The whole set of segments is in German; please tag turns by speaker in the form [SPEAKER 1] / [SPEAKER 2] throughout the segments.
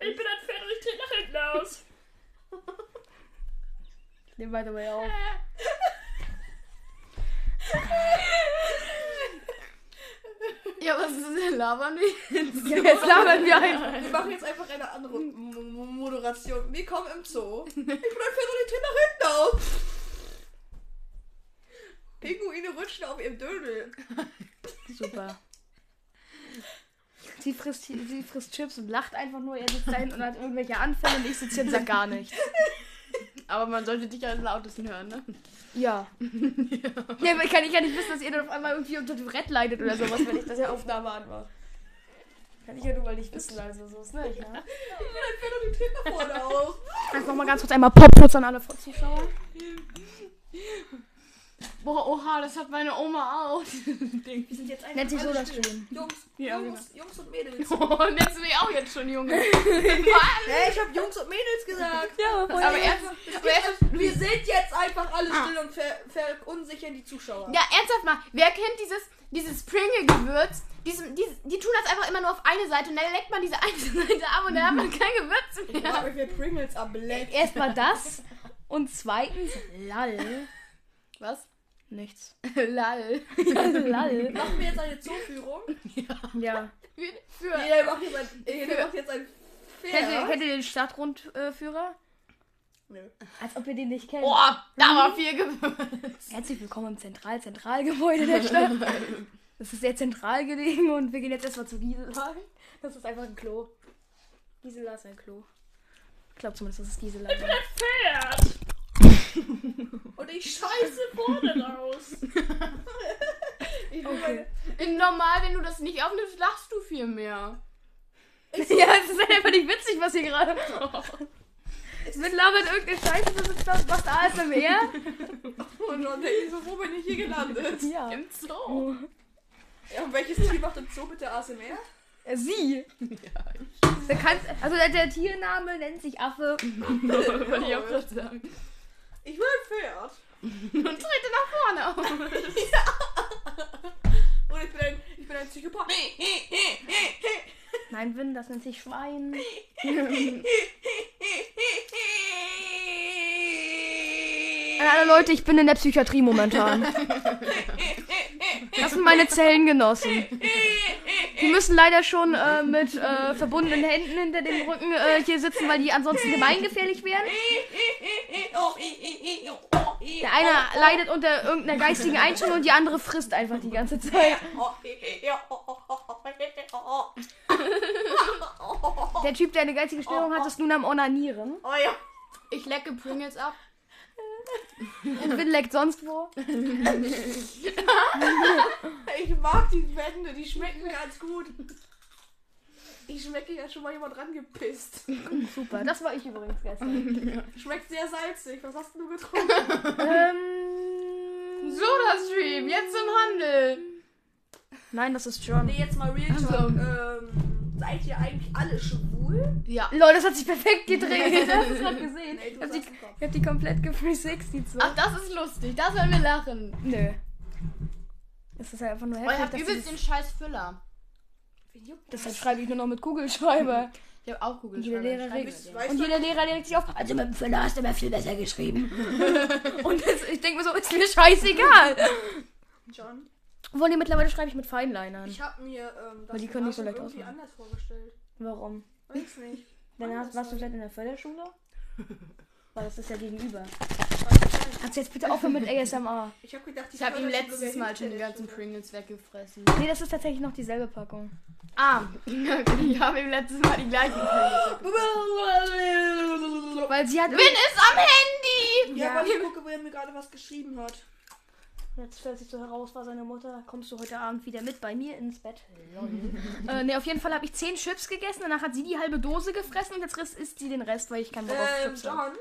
[SPEAKER 1] ich bin ein Pferd und ich trete nach hinten aus.
[SPEAKER 2] Ich nehme by the way auf.
[SPEAKER 1] Äh,
[SPEAKER 3] Ja, was ist denn? Labern wir jetzt?
[SPEAKER 2] Ja, jetzt labern wir einfach.
[SPEAKER 1] Nein.
[SPEAKER 4] Wir machen jetzt einfach eine andere M M Moderation. Willkommen im Zoo. Ich bin ein Pferd und ich trete nach hinten auf. Pinguine rutschen auf ihrem Dödel.
[SPEAKER 2] Super. Sie frisst, sie frisst Chips und lacht einfach nur. Er sitzt da hinten und hat irgendwelche Anfälle und ich sitze hier und sag gar nichts.
[SPEAKER 3] Aber man sollte dich ja am lautesten hören, ne?
[SPEAKER 2] Ja. ja. aber ich kann ich ja nicht wissen, dass ihr dann auf einmal irgendwie unter Tourette leidet oder sowas, wenn ich das ja Aufnahme anmache. Kann ich ja nur mal nicht wissen, also so ist
[SPEAKER 4] Ich
[SPEAKER 2] nicht, ne?
[SPEAKER 4] bin ein Pferd und ich trete nach vorne auf.
[SPEAKER 2] Kannst noch mal ganz kurz einmal Popschutz an alle Zuschauer?
[SPEAKER 3] Boah, oha, das hat meine Oma auch.
[SPEAKER 4] Wir sind jetzt einfach
[SPEAKER 2] Nennt sich so
[SPEAKER 4] alle
[SPEAKER 2] das Stream.
[SPEAKER 4] Jungs,
[SPEAKER 3] Ja,
[SPEAKER 4] Jungs, Jungs und Mädels.
[SPEAKER 3] Oh, und jetzt bin ich auch jetzt schon Junge.
[SPEAKER 4] Hey, ich hab Jungs und Mädels gesagt.
[SPEAKER 2] Ja,
[SPEAKER 4] Das
[SPEAKER 3] Aber
[SPEAKER 4] geht
[SPEAKER 3] erst-
[SPEAKER 4] einfach-
[SPEAKER 3] aber erst-
[SPEAKER 4] wir sind jetzt Ah. einfach alle still und ver verunsichern die Zuschauer.
[SPEAKER 3] Ja, ernsthaft mal, wer kennt dieses, dieses Pringle-Gewürz? Diese, die, die tun das einfach immer nur auf eine Seite und dann leckt man diese eine Seite ab und dann hat man kein Gewürz mehr.
[SPEAKER 4] Ja. wir Pringles ableckt.
[SPEAKER 2] Erstmal das und zweitens lall.
[SPEAKER 3] Was?
[SPEAKER 2] Nichts.
[SPEAKER 3] Lall.
[SPEAKER 2] lall.
[SPEAKER 4] Machen wir jetzt eine Zooführung?
[SPEAKER 2] Ja.
[SPEAKER 3] Für.
[SPEAKER 4] Jeder macht jetzt ein, jeder macht jetzt ein
[SPEAKER 2] Kennt, ihr,
[SPEAKER 4] Pferd.
[SPEAKER 2] kennt ihr den Stadtrundführer?
[SPEAKER 4] Nö.
[SPEAKER 2] Als ob ihr den nicht kennt.
[SPEAKER 3] Oh, da war viel Gewürz.
[SPEAKER 2] Herzlich willkommen im Zentral-Zentralgebäude der Stadt. Das ist sehr zentral gelegen und wir gehen jetzt erstmal zu Gisela. Das ist einfach ein Klo. Gisela ist ein Klo. Ich glaube zumindest, das ist Gisela.
[SPEAKER 1] Pferd.
[SPEAKER 4] Und ich scheiße.
[SPEAKER 1] Scheiße vorne raus.
[SPEAKER 4] Ich, will
[SPEAKER 2] Okay.
[SPEAKER 4] meine,
[SPEAKER 3] Normal, wenn du das nicht aufnimmst, lachst du viel mehr.
[SPEAKER 2] ja, es ist einfach nicht witzig, was hier gerade. Mit labert irgendeine Scheiße, das ist das, was da ist im Meer.
[SPEAKER 4] oh Gott, der Iso, wo bin ich hier gelandet?
[SPEAKER 2] Ja.
[SPEAKER 3] Im Zoo.
[SPEAKER 4] Ja, und welches Tier macht im Zoo bitte ASMR?
[SPEAKER 2] Sie. Da kannst, also der, der Tiername nennt sich Affe.
[SPEAKER 3] Wollte ich auch gerade sagen.
[SPEAKER 4] Ich will ein Pferd.
[SPEAKER 3] Und trete nach vorne auf.
[SPEAKER 4] Und ich bin ein, ich bin ein Psychopath.
[SPEAKER 2] Nein, Win, das nennt sich Schwein. An alle Leute, ich bin in der Psychiatrie momentan. Das sind meine Zellengenossen. Die müssen leider schon äh, mit äh, verbundenen Händen hinter dem Rücken äh, hier sitzen, weil die ansonsten gemeingefährlich wären.
[SPEAKER 4] Oh,
[SPEAKER 2] Der eine leidet unter irgendeiner geistigen Einstellung und die andere frisst einfach die ganze Zeit.
[SPEAKER 4] Oh,
[SPEAKER 2] Der Typ, der eine geistige Störung hat, ist nun am Onanieren.
[SPEAKER 4] Oh ja.
[SPEAKER 3] Ich lecke Pringles ab.
[SPEAKER 2] Und Win leckt sonst wo.
[SPEAKER 4] Ich mag die Wände, die schmecken ganz gut. Ich schmecke ja schon mal jemand rangepisst.
[SPEAKER 2] Super, das war ich übrigens gestern.
[SPEAKER 4] Schmeckt sehr salzig. Was hast denn du getrunken?
[SPEAKER 2] ähm,
[SPEAKER 3] Soda-Stream, jetzt im Handel.
[SPEAKER 2] nein, das ist John.
[SPEAKER 4] Nee, jetzt mal Real Talk.
[SPEAKER 3] Also.
[SPEAKER 4] Ähm, seid ihr eigentlich alle schwul?
[SPEAKER 3] Ja.
[SPEAKER 2] Lol, das hat sich perfekt gedreht. Das ist gerade gesehen.
[SPEAKER 4] Nee, du
[SPEAKER 2] ich, hab
[SPEAKER 4] hast
[SPEAKER 2] also die,
[SPEAKER 4] den Kopf.
[SPEAKER 2] ich hab die komplett ge-360 so.
[SPEAKER 3] Ach, das ist lustig. Da sollen wir lachen.
[SPEAKER 2] Nö. Das ist halt einfach nur
[SPEAKER 3] Oh, ich
[SPEAKER 2] heftig,
[SPEAKER 3] hab
[SPEAKER 2] dass sie
[SPEAKER 3] übelst den scheiß Füller.
[SPEAKER 2] das, deshalb schreibe ich nur noch mit Kugelschreiber.
[SPEAKER 3] Ich hab auch Google
[SPEAKER 2] Die Lehrerin-
[SPEAKER 4] Weißt
[SPEAKER 2] Und
[SPEAKER 4] du,
[SPEAKER 2] jeder Lehrer legt sich auf, also mit dem Füller hast du mir viel besser geschrieben. Und das, ich denke mir so, ist mir scheißegal.
[SPEAKER 4] John,
[SPEAKER 2] Obwohl, nee, mittlerweile schreibe ich mit Feinlinern.
[SPEAKER 4] ich hab mir ähm, das
[SPEAKER 2] die können nicht so
[SPEAKER 4] Gymnasium
[SPEAKER 2] leicht
[SPEAKER 4] irgendwie
[SPEAKER 2] ausmachen.
[SPEAKER 4] anders vorgestellt.
[SPEAKER 2] Warum?
[SPEAKER 4] Weiß nicht.
[SPEAKER 2] Dann hast, warst
[SPEAKER 4] Anders
[SPEAKER 2] du vielleicht in der Förderschule? Weil das ist ja gegenüber.
[SPEAKER 4] Weiß nicht.
[SPEAKER 2] Kannst du jetzt bitte aufhören mit ASMR?
[SPEAKER 4] Ich hab gedacht, die
[SPEAKER 3] Ich hab ihm
[SPEAKER 4] Förderschule
[SPEAKER 3] letztes
[SPEAKER 4] wäre
[SPEAKER 3] Mal
[SPEAKER 4] hinter
[SPEAKER 3] schon die
[SPEAKER 4] der
[SPEAKER 3] ganzen
[SPEAKER 4] Schule.
[SPEAKER 3] Pringles weggefressen.
[SPEAKER 2] Nee, das ist tatsächlich noch dieselbe Packung.
[SPEAKER 3] Ah, ich hab ihm letztes Mal die gleichen Pringles weggefressen.
[SPEAKER 2] Weil sie hat.
[SPEAKER 3] Win ist am Handy!
[SPEAKER 4] Ja,
[SPEAKER 2] Ja.
[SPEAKER 4] aber ich gucke, wer mir gerade was geschrieben hat.
[SPEAKER 2] Jetzt stellt sich so heraus, war seine Mutter. Kommst du heute Abend wieder mit bei mir ins Bett? äh, nee, auf jeden Fall habe ich zehn Chips gegessen. Danach hat sie die halbe Dose gefressen und jetzt riss- isst sie den Rest, weil ich keinen Bock auf
[SPEAKER 4] Ähm,
[SPEAKER 2] Chips habe.
[SPEAKER 4] John,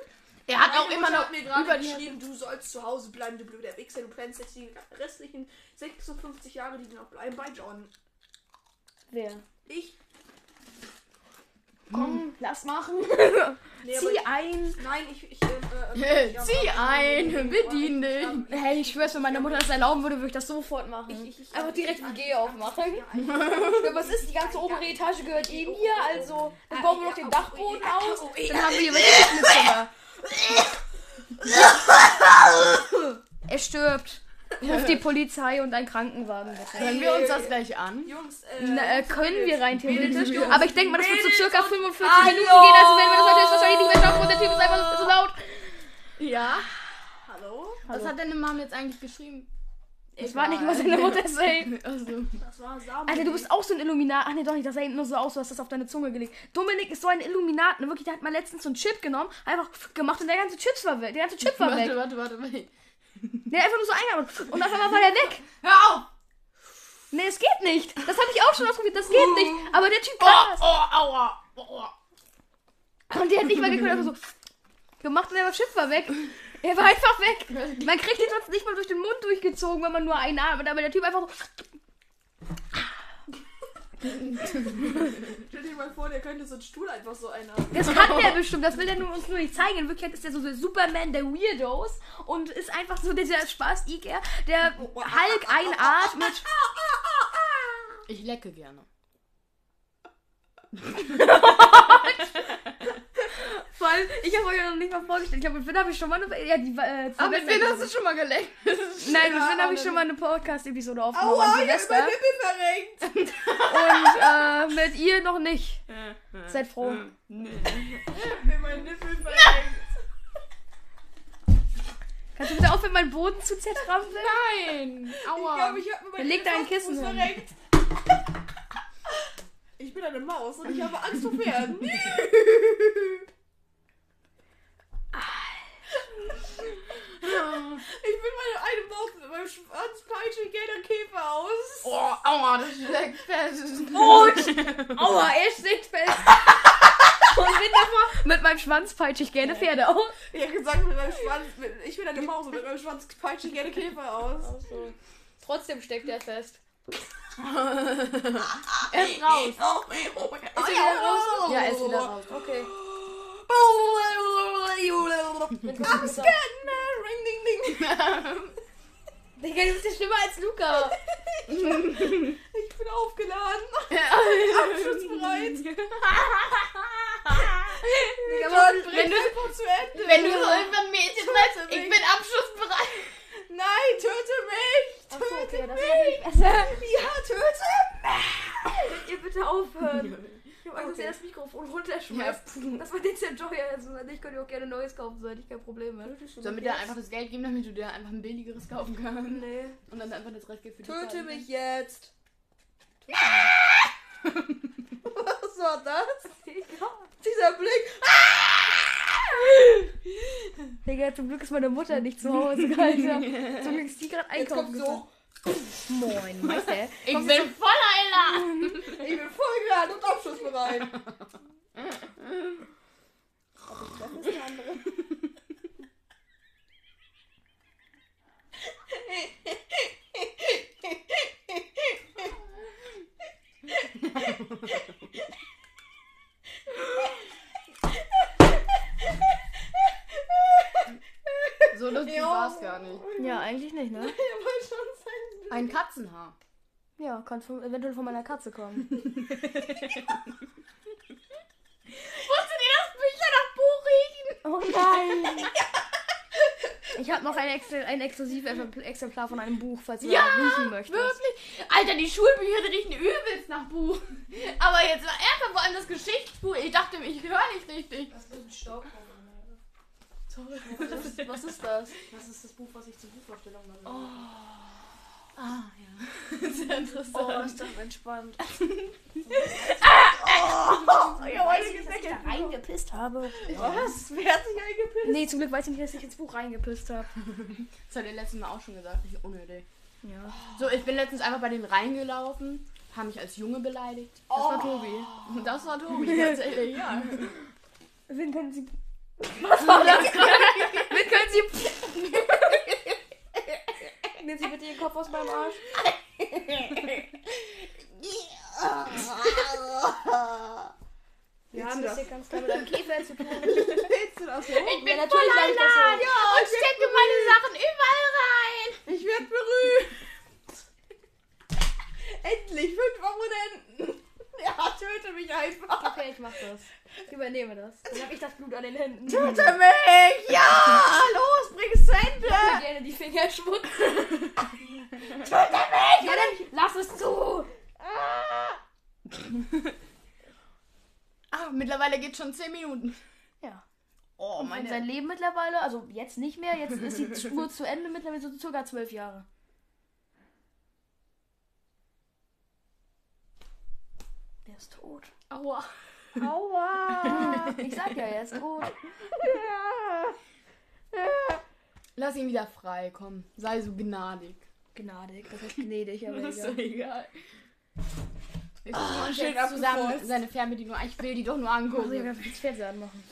[SPEAKER 3] Er hat
[SPEAKER 4] meine
[SPEAKER 3] auch immer
[SPEAKER 4] Mutter
[SPEAKER 3] noch
[SPEAKER 4] hat mir gerade
[SPEAKER 3] über die
[SPEAKER 4] geschrieben, du sollst zu Hause bleiben, du blöder Wichser, du planst jetzt die restlichen 56 Jahre, die dir noch Hm. bleiben, bei John.
[SPEAKER 2] Wer?
[SPEAKER 4] Ich?
[SPEAKER 2] Komm, Lass machen.
[SPEAKER 4] Nee, aber
[SPEAKER 2] Zieh ein.
[SPEAKER 4] ich, nein, ich. ich äh, äh, ich-
[SPEAKER 3] Zieh ein, bedien dich.
[SPEAKER 2] Hey, ich schwör's, wenn meine Mutter das erlauben würde, würde ich das sofort machen.
[SPEAKER 4] Ich- ich- ich-
[SPEAKER 2] Einfach direkt die
[SPEAKER 4] ich-
[SPEAKER 2] Gehe aufmachen. Was ist? Die ganze obere Etage gehört eben hier, also dann bauen wir
[SPEAKER 4] Ah,
[SPEAKER 2] noch den Dachboden aus. Dann haben wir hier welche Schlitzzimmer. Er stirbt. Ruf die Polizei und einen Krankenwagen bitte.
[SPEAKER 3] Hören wir uns das gleich an?
[SPEAKER 4] Jungs, äh.
[SPEAKER 2] Na, äh, können wir rein theoretisch,
[SPEAKER 4] Mädels,
[SPEAKER 2] aber ich denke mal, das wird so circa 45 Minuten gehen, also wenn wir das heute jetzt wahrscheinlich nicht mehr schaffen und der Typ ist einfach so laut.
[SPEAKER 3] Ja.
[SPEAKER 4] hallo?
[SPEAKER 3] Was hat deine Mom jetzt eigentlich geschrieben?
[SPEAKER 2] Ich war nicht mal seine Mutter safe.
[SPEAKER 3] Also,
[SPEAKER 4] Das war Samen.
[SPEAKER 2] Alter, du bist auch so ein Illuminat. Ach nee, doch nicht, das sah eben nur so aus, du hast das auf deine Zunge gelegt. Dominik ist so ein Illuminat. Ne? Wirklich, der hat mal letztens so einen Chip genommen, einfach gemacht und der ganze Chips war weg. Der ganze Chip war
[SPEAKER 3] warte,
[SPEAKER 2] weg.
[SPEAKER 3] warte, warte, warte.
[SPEAKER 2] Der hat einfach nur so eingearbeitet. Und auf einmal war der weg.
[SPEAKER 3] Hör auf!
[SPEAKER 2] Nee, es geht nicht. Das habe ich auch schon ausprobiert, das geht nicht. Aber der Typ kann das.
[SPEAKER 1] Oh, aua. Oh,
[SPEAKER 2] Und der hat nicht mal gekonnt, einfach so gemacht und der Schiff war weg. Er war einfach weg. Man kriegt ihn sonst nicht mal durch den Mund durchgezogen, wenn man nur einen Arm hat. Aber der Typ einfach so.
[SPEAKER 4] Stell dir mal vor, der könnte so einen Stuhl einfach so einhaben.
[SPEAKER 2] Das kann der bestimmt, das will der nur, uns nur nicht zeigen. In Wirklichkeit ist der so der Superman der Weirdos und ist einfach so dieser spaß er der Hulk einatmet.
[SPEAKER 3] Ich lecke gerne.
[SPEAKER 2] Vor allem, ich habe euch ja noch nicht mal vorgestellt. Ich habe mit Finn habe ich schon mal eine. Ja, die, äh,
[SPEAKER 3] Aber mit wem
[SPEAKER 2] Silvester-
[SPEAKER 3] hast du schon mal geleckt?
[SPEAKER 2] Nein, mit Finn habe ich schon mal eine Podcast-Episode aufgenommen. an Silvester. Und äh, mit ihr noch nicht. Seid froh.
[SPEAKER 4] Wenn mein Nippel verrenkt.
[SPEAKER 2] Kannst du bitte aufhören, meinen Boden zu zertrampeln?
[SPEAKER 3] Nein! Aua!
[SPEAKER 4] Ich glaube, ich hab mir meinen
[SPEAKER 2] Leg dein
[SPEAKER 4] Fuß
[SPEAKER 2] Kissen hin.
[SPEAKER 4] verrenkt. Ich bin eine Maus und ich habe Angst vor Pferden. Ich bin meine eine Maus mit meinem Schwanz peitsche ich gerne Käfer aus.
[SPEAKER 3] oh, aua, das schlägt fest.
[SPEAKER 2] Aua, er steckt fest. Und bin davor, mit meinem Schwanz peitsche ich gerne Pferde auf.
[SPEAKER 4] Ich habe gesagt, mit meinem Schwanz, mit, ich bin eine Maus und mit meinem Schwanz peitsche ich gerne Käfer aus.
[SPEAKER 2] Trotzdem steckt er fest.
[SPEAKER 3] Er ist raus.
[SPEAKER 4] Oh, oh, oh, oh,
[SPEAKER 2] Ist er wieder raus?
[SPEAKER 3] Ja, er ist wieder raus.
[SPEAKER 2] Okay.
[SPEAKER 4] I'm scared now. Ring, ding, ding.
[SPEAKER 2] Digga, du bist ja schlimmer als Luca.
[SPEAKER 4] Ich bin aufgeladen. Abschussbereit.
[SPEAKER 2] Digga,
[SPEAKER 4] Bring einfach zu Ende.
[SPEAKER 3] Wenn du so irgendwann Mädchen sagst, ich
[SPEAKER 4] mich.
[SPEAKER 3] bin abschussbereit.
[SPEAKER 4] Nein, töte mich.
[SPEAKER 2] Achso, okay, das ist besser.
[SPEAKER 4] Ja, töte.
[SPEAKER 2] Könnt ihr bitte aufhören? Ich habe Angst, dass ihr das Mikrofon runterschmeißt. Das war nicht der Joy. Also, ich könnte auch gerne Neues kaufen, so hätte ich kein Problem mit.
[SPEAKER 3] Sollen wir dir einfach das Geld geben, damit du dir einfach ein billigeres kaufen kannst?
[SPEAKER 4] Nee.
[SPEAKER 3] Und dann einfach das Restgeld für dich
[SPEAKER 4] Töte
[SPEAKER 3] behalten
[SPEAKER 4] mich jetzt. Was war das? Dieser Blick.
[SPEAKER 2] Digga, zum Glück ist meine Mutter nicht zu Hause, Alter. Zum Glück ist die gerade
[SPEAKER 4] Jetzt
[SPEAKER 2] einkaufen
[SPEAKER 4] kommt
[SPEAKER 2] gegangen.
[SPEAKER 4] so.
[SPEAKER 2] Moin, Meister.
[SPEAKER 3] kannst? Ich bin voller Elan.
[SPEAKER 4] Ich bin vollgeladen und abschlussbereit. Das ist eine andere.
[SPEAKER 3] So lustig
[SPEAKER 4] Jo.
[SPEAKER 3] war's gar nicht.
[SPEAKER 2] Ja, eigentlich nicht, ne?
[SPEAKER 4] Ich wollte schon sagen.
[SPEAKER 3] Ein Katzenhaar.
[SPEAKER 2] Ja, kann von, eventuell von meiner Katze kommen.
[SPEAKER 3] Wusstet ihr, dass Bücher nach Buch riechen?
[SPEAKER 2] Oh nein! Ich habe noch ein, Ex ein exklusives Exempl- Exemplar von einem Buch, falls du
[SPEAKER 3] Ja,
[SPEAKER 2] da riechen möchtest.
[SPEAKER 3] Wirklich? Alter, die Schulbücher die riechen übelst nach Buch. Aber jetzt war ernsthaft vor allem das Geschichtsbuch. Ich dachte, ich höre nicht richtig.
[SPEAKER 4] Das ist ein Staubkorn.
[SPEAKER 2] Was ist, was ist das?
[SPEAKER 4] Das ist das Buch, was ich zur Buchvorstellung mache.
[SPEAKER 3] Ah, ja. Sehr
[SPEAKER 4] Oh,
[SPEAKER 3] interessant.
[SPEAKER 4] oh ist das entspannt.
[SPEAKER 2] Ja,
[SPEAKER 4] weiß ich, dass
[SPEAKER 2] dass
[SPEAKER 4] ich
[SPEAKER 2] ich da reingepisst habe.
[SPEAKER 4] Was? Wer hat sich eingepinnt?
[SPEAKER 2] Nee, zum Glück weiß ich nicht, dass ich ins Buch reingepisst habe.
[SPEAKER 3] Das hat ihr letztes Mal auch schon gesagt. Ich unnötig.
[SPEAKER 2] Ja.
[SPEAKER 3] So, ich bin letztens einfach bei denen reingelaufen, haben mich als Junge beleidigt. Das
[SPEAKER 4] Oh.
[SPEAKER 3] war Tobi. Das war Tobi, tatsächlich, ja.
[SPEAKER 2] Wen können Sie. Was war das? Wen können Sie. Nehmen Sie bitte Ihren Kopf aus meinem Arsch.
[SPEAKER 4] Wir
[SPEAKER 2] Jetzt
[SPEAKER 4] haben
[SPEAKER 2] das
[SPEAKER 4] das.
[SPEAKER 2] hier ganz klar mit einem Käfer zu tun.
[SPEAKER 4] Willst du das so?
[SPEAKER 3] Ich bin
[SPEAKER 2] Ja, natürlich
[SPEAKER 3] voll
[SPEAKER 2] sag ich das so.
[SPEAKER 3] allein und stecke meine Sachen überall rein.
[SPEAKER 4] Ich werde berühmt. Endlich, fünf Abonnenten. Ja, töte mich einfach.
[SPEAKER 2] Okay, ich mach das. Ich übernehme das. Dann hab ich das Blut an den Händen.
[SPEAKER 4] Töte mich. Ja, los, bring es zu Ende.
[SPEAKER 2] Ich gerne die Finger schmutzen.
[SPEAKER 4] Ja, dann-
[SPEAKER 2] Lass es zu!
[SPEAKER 3] Ah, mittlerweile geht schon 10 Minuten.
[SPEAKER 2] Ja.
[SPEAKER 3] Oh,
[SPEAKER 2] Und
[SPEAKER 3] meine.
[SPEAKER 2] sein Leben mittlerweile, also jetzt nicht mehr, jetzt ist die Spur zu Ende, mittlerweile so circa zwölf Jahre. Der ist tot.
[SPEAKER 3] Aua.
[SPEAKER 4] Aua.
[SPEAKER 2] Ich sag ja, er ist tot.
[SPEAKER 4] Ja.
[SPEAKER 3] Lass ihn wieder frei, komm. Sei so gnadig.
[SPEAKER 2] Gnadig, das heißt gnädig, aber
[SPEAKER 3] Ist doch egal.
[SPEAKER 2] egal.
[SPEAKER 3] Ich
[SPEAKER 4] Ah,
[SPEAKER 3] oh,
[SPEAKER 4] schön
[SPEAKER 3] schön zusammen
[SPEAKER 4] abgefurzt.
[SPEAKER 3] seine Fernbedienung. an. Ich will die doch nur
[SPEAKER 2] Also, ich
[SPEAKER 3] angucken.
[SPEAKER 2] kann das Fernseher anmachen.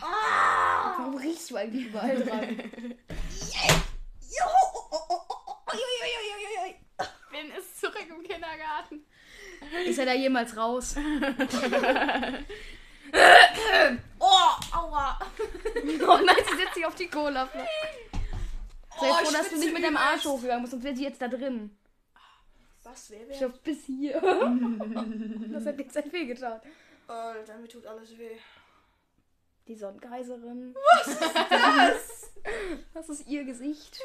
[SPEAKER 2] Warum riechst du eigentlich überall dran?
[SPEAKER 4] Jo. Oh, oh, oh, oh, oh, oi, oi, oi, oi, oi, oi.
[SPEAKER 3] Bin ist zurück im Kindergarten.
[SPEAKER 2] Ist er da jemals raus?
[SPEAKER 4] Oh, aua.
[SPEAKER 2] Oh nein, sie setzt sich auf die Cola. Sei
[SPEAKER 4] Oh,
[SPEAKER 2] froh, dass du
[SPEAKER 4] Spitze
[SPEAKER 2] nicht mit deinem
[SPEAKER 4] übelst.
[SPEAKER 2] Arsch hochgegangen bist, sonst wäre sie jetzt da drin.
[SPEAKER 4] Was
[SPEAKER 2] Ich
[SPEAKER 4] wäre,
[SPEAKER 2] glaub, bis hier. das hat jetzt ein weh getan.
[SPEAKER 4] Alter, mir Oh, tut alles weh.
[SPEAKER 2] Die Sonnenkaiserin. Was ist das? Das ist ihr Gesicht.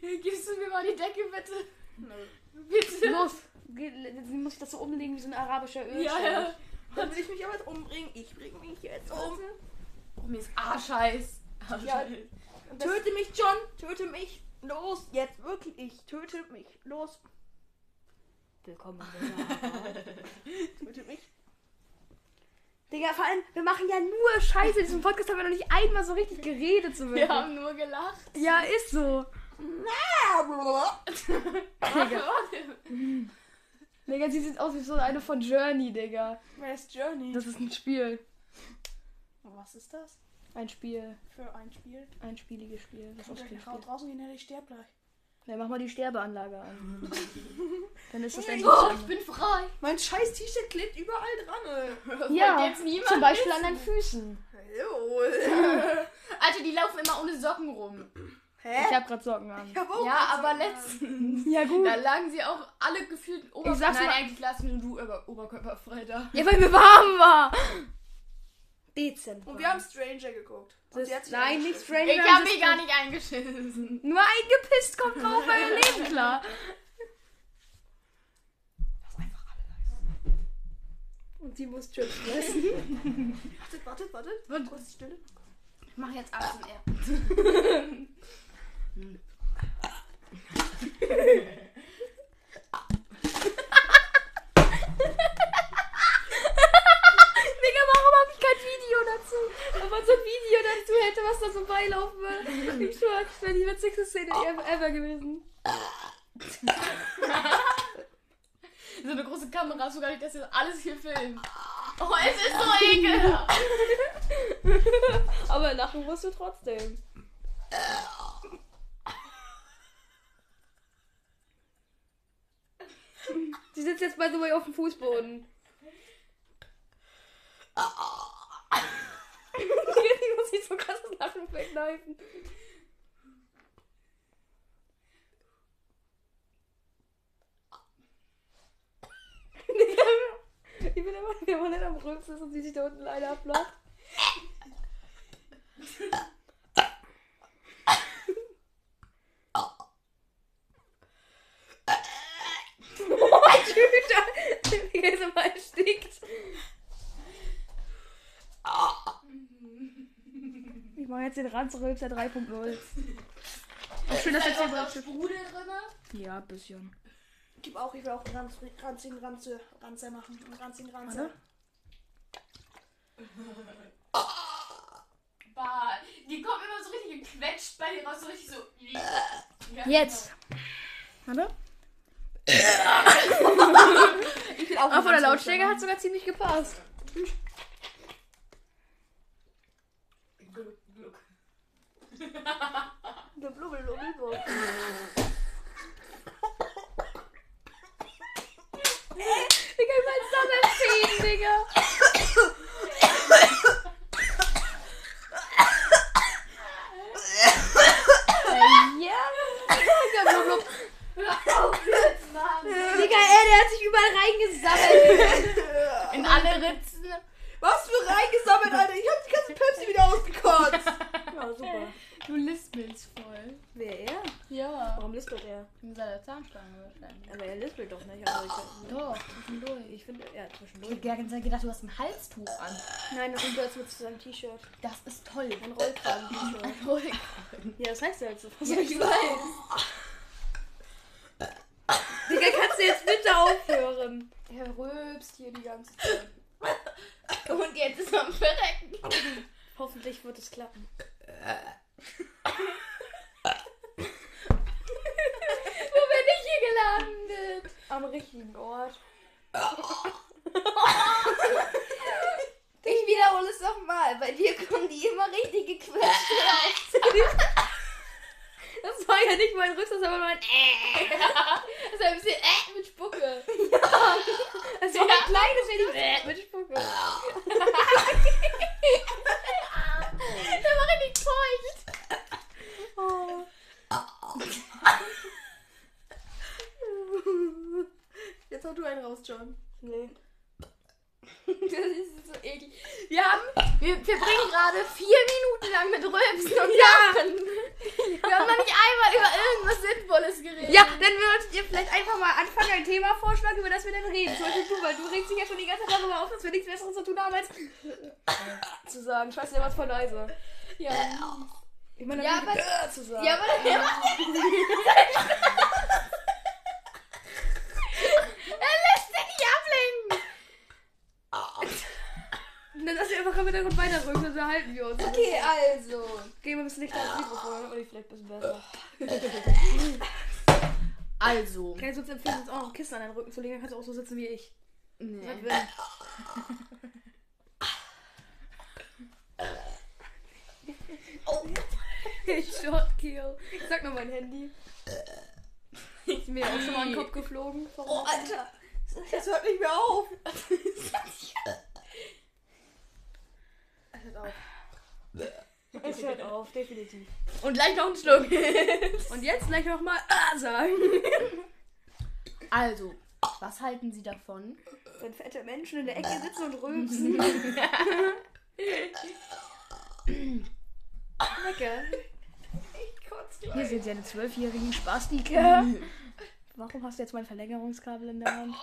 [SPEAKER 3] Gibst du mir mal die Decke, bitte?
[SPEAKER 4] Nö.
[SPEAKER 3] Bitte.
[SPEAKER 2] Los, geh- sie muss sich das so umlegen wie so ein arabischer Öl.
[SPEAKER 3] Ja, ja.
[SPEAKER 4] Dann will ich mich aber jetzt umbringen. Ich bringe mich jetzt um.
[SPEAKER 3] Oh, mir ist Arschheiß.
[SPEAKER 4] Ja.
[SPEAKER 3] Arschheiß.
[SPEAKER 4] Töte mich, John. Töte mich. Los, jetzt wirklich. Ich töte mich. Los.
[SPEAKER 2] Willkommen. in der Sahara.
[SPEAKER 4] Töte mich.
[SPEAKER 2] Digga, vor allem, wir machen ja nur Scheiße. In diesem Podcast haben wir noch nicht einmal so richtig geredet zu
[SPEAKER 3] Wir haben nur gelacht.
[SPEAKER 2] Ja, ist so. Digga. Digga, sie sieht aus wie so eine von Journey, Digga.
[SPEAKER 4] Where's Journey?
[SPEAKER 2] Das ist ein Spiel.
[SPEAKER 4] Was ist das
[SPEAKER 2] Ein Spiel.
[SPEAKER 4] für ein Spiel?
[SPEAKER 2] Ein spieliges Spiel. Das
[SPEAKER 4] Ich muss
[SPEAKER 2] ist
[SPEAKER 4] gleich
[SPEAKER 2] ein
[SPEAKER 4] nach
[SPEAKER 2] Spiel.
[SPEAKER 4] draußen gehen, Alter, ich sterb gleich.
[SPEAKER 2] Ja, mach mal die Sterbeanlage an. Dann ist das endlich.
[SPEAKER 3] Oh,
[SPEAKER 2] zu
[SPEAKER 3] ich
[SPEAKER 2] Ende.
[SPEAKER 3] bin frei.
[SPEAKER 4] Mein scheiß T-Shirt klebt überall dran.
[SPEAKER 2] Ja,
[SPEAKER 3] Wollt ihr jetzt niemand
[SPEAKER 2] zum Beispiel an deinen Füßen.
[SPEAKER 4] Hallo.
[SPEAKER 3] Alter, die laufen immer ohne Socken rum.
[SPEAKER 4] Hä?
[SPEAKER 2] Ich hab grad Socken an.
[SPEAKER 4] hab auch
[SPEAKER 3] Oh ja,
[SPEAKER 4] ganz
[SPEAKER 3] aber
[SPEAKER 4] normal.
[SPEAKER 3] letztens.
[SPEAKER 2] Ja, gut.
[SPEAKER 3] Da lagen sie auch alle gefühlt Ober
[SPEAKER 2] sag's
[SPEAKER 3] Nein,
[SPEAKER 2] mal-
[SPEAKER 3] eigentlich lassen nur du über oberkörperfrei da.
[SPEAKER 2] Ja, weil mir warm war. Dezent.
[SPEAKER 4] Und wir haben Stranger geguckt. Und sie hat sich
[SPEAKER 2] Nein, nicht
[SPEAKER 4] eingeschlossen.
[SPEAKER 2] Stranger.
[SPEAKER 3] Ich hab mich gar nicht eingeschissen.
[SPEAKER 2] Nur eingepisst kommt drauf, weil wir leben klar.
[SPEAKER 4] Lass einfach alle leise.
[SPEAKER 2] Und sie muss Chips fressen.
[SPEAKER 4] Wartet, wartet, wartet. Und? Kurz Stille.
[SPEAKER 3] Ich mach jetzt ASMR.
[SPEAKER 2] Digga, warum hab ich kein Video dazu? Wenn man so ein Video dazu hätte, was da so beilaufen würde. Ich schwör, das wäre die witzigste Szene ever- ever gewesen.
[SPEAKER 3] So eine große Kamera hast du gar nicht, dass wir alles hier filmen. Oh, es ist so ekelhaft.
[SPEAKER 2] Aber lachen musst du trotzdem. Sie sitzt jetzt, by the way, auf dem Fußboden. Die muss sich so krasses Lachen verkneifen. Ich bin immer, wir waren nicht am Rülpsen, ist und sie sich da unten leider ablacht. Oh, Güter! Digga, ist immer erstickt. Ich mache jetzt den Ranzrülpser 3.0. Auch schön, dass jetzt
[SPEAKER 3] Ist
[SPEAKER 2] hier
[SPEAKER 3] da auch Sprudel drinne?
[SPEAKER 2] Ja, ein bisschen.
[SPEAKER 4] Gib auch, ich will auch Ranz, Ranzin, Ranze, Ranze machen. Ranzin, Ranze.
[SPEAKER 3] Bah, die kommen immer so richtig gequetscht bei dir raus, so richtig so. Ja,
[SPEAKER 2] Jetzt! Warte.
[SPEAKER 4] Ich will auch
[SPEAKER 2] Aber von der Lautstärke hat sogar ziemlich gepasst.
[SPEAKER 3] genau. Gluck, gluck.
[SPEAKER 4] Blubbel, blubbel, blubbel.
[SPEAKER 2] Digga, ich mein Sommerfeen, Digga!
[SPEAKER 3] der Zahnstange wahrscheinlich.
[SPEAKER 4] Aber er lispelt doch nicht. Also ich,
[SPEAKER 3] Doch, zwischendurch.
[SPEAKER 4] ich finde, ja,
[SPEAKER 3] Ich
[SPEAKER 4] zwischendurch.
[SPEAKER 3] hätte ganz gedacht, du hast ein Halstuch an.
[SPEAKER 2] Nein, das gehört mit zu seinem T-Shirt.
[SPEAKER 3] Das ist toll.
[SPEAKER 4] Ein Rollkragen-T-Shirt.
[SPEAKER 3] Ruhig.
[SPEAKER 4] Ja, das heißt ja halt so.
[SPEAKER 3] Ja, ich Oh. weiß.
[SPEAKER 4] Digga, kannst du jetzt bitte aufhören?
[SPEAKER 2] Er rülpst hier die ganze Zeit.
[SPEAKER 3] Und jetzt ist er am Verrecken.
[SPEAKER 4] Hoffentlich wird es klappen.
[SPEAKER 3] Wo bin ich hier gelandet?
[SPEAKER 2] Am richtigen Ort.
[SPEAKER 3] Ich wiederhole es nochmal. Bei dir kommen die immer richtig gequetscht.
[SPEAKER 2] Das war ja nicht mein Rülps, das war mein.
[SPEAKER 3] Äh. Das ist ein bisschen äh mit Spucke.
[SPEAKER 2] Das war mein kleines Baby.
[SPEAKER 3] Äh mit Spucke. Der war richtig feucht. Oh.
[SPEAKER 4] Jetzt hau du einen raus, John.
[SPEAKER 2] Nee.
[SPEAKER 3] Das ist so eklig. Wir haben, wir verbringen gerade vier Minuten lang mit Rülpsen und Lachen. Wir haben noch nicht einmal über irgendwas Sinnvolles geredet.
[SPEAKER 2] Ja, dann würdet ihr vielleicht einfach mal anfangen, ein Thema vorschlagen, über das wir dann reden. Zum Beispiel du, weil du regst dich ja schon die ganze Zeit darüber auf, dass wir nichts Besseres zu tun haben, als zu sagen. Scheiße, der war voll leise.
[SPEAKER 3] Ja,
[SPEAKER 2] Ich meine,
[SPEAKER 3] Ja,
[SPEAKER 2] natürlich äh, zu sagen.
[SPEAKER 3] ja aber der macht ja nichts. Er lässt sich nicht ablenken.
[SPEAKER 2] Dann lass mich einfach im Hintergrund weiterrücken, dann unterhalten wir uns.
[SPEAKER 3] Okay, also.
[SPEAKER 2] Gehen wir ein bisschen Licht ans Mikrofon, oder vielleicht ein bisschen besser.
[SPEAKER 3] Äh. Also.
[SPEAKER 2] Kann ich sonst empfehlen, uns auch noch ein Kissen an deinen Rücken zu legen, dann kannst du auch so sitzen wie ich.
[SPEAKER 3] Nee. Oh.
[SPEAKER 2] Ich schockiere. Sag nur mein Handy. Ist mir auch schon mal in den Kopf geflogen. Warum?
[SPEAKER 4] Oh, Alter, das hört nicht mehr auf.
[SPEAKER 2] Es hört auf. Es hört auf, definitiv.
[SPEAKER 3] Und gleich noch einen Schluck.
[SPEAKER 2] Und jetzt gleich nochmal ah sagen.
[SPEAKER 3] also, was halten Sie davon?
[SPEAKER 2] Wenn fette Menschen in der Ecke sitzen und rülpsen. Lecker.
[SPEAKER 4] Ich kotze gleich.
[SPEAKER 2] Hier sind ja eine zwölfjährigen Spastiker. Warum hast du jetzt mein Verlängerungskabel in der Hand?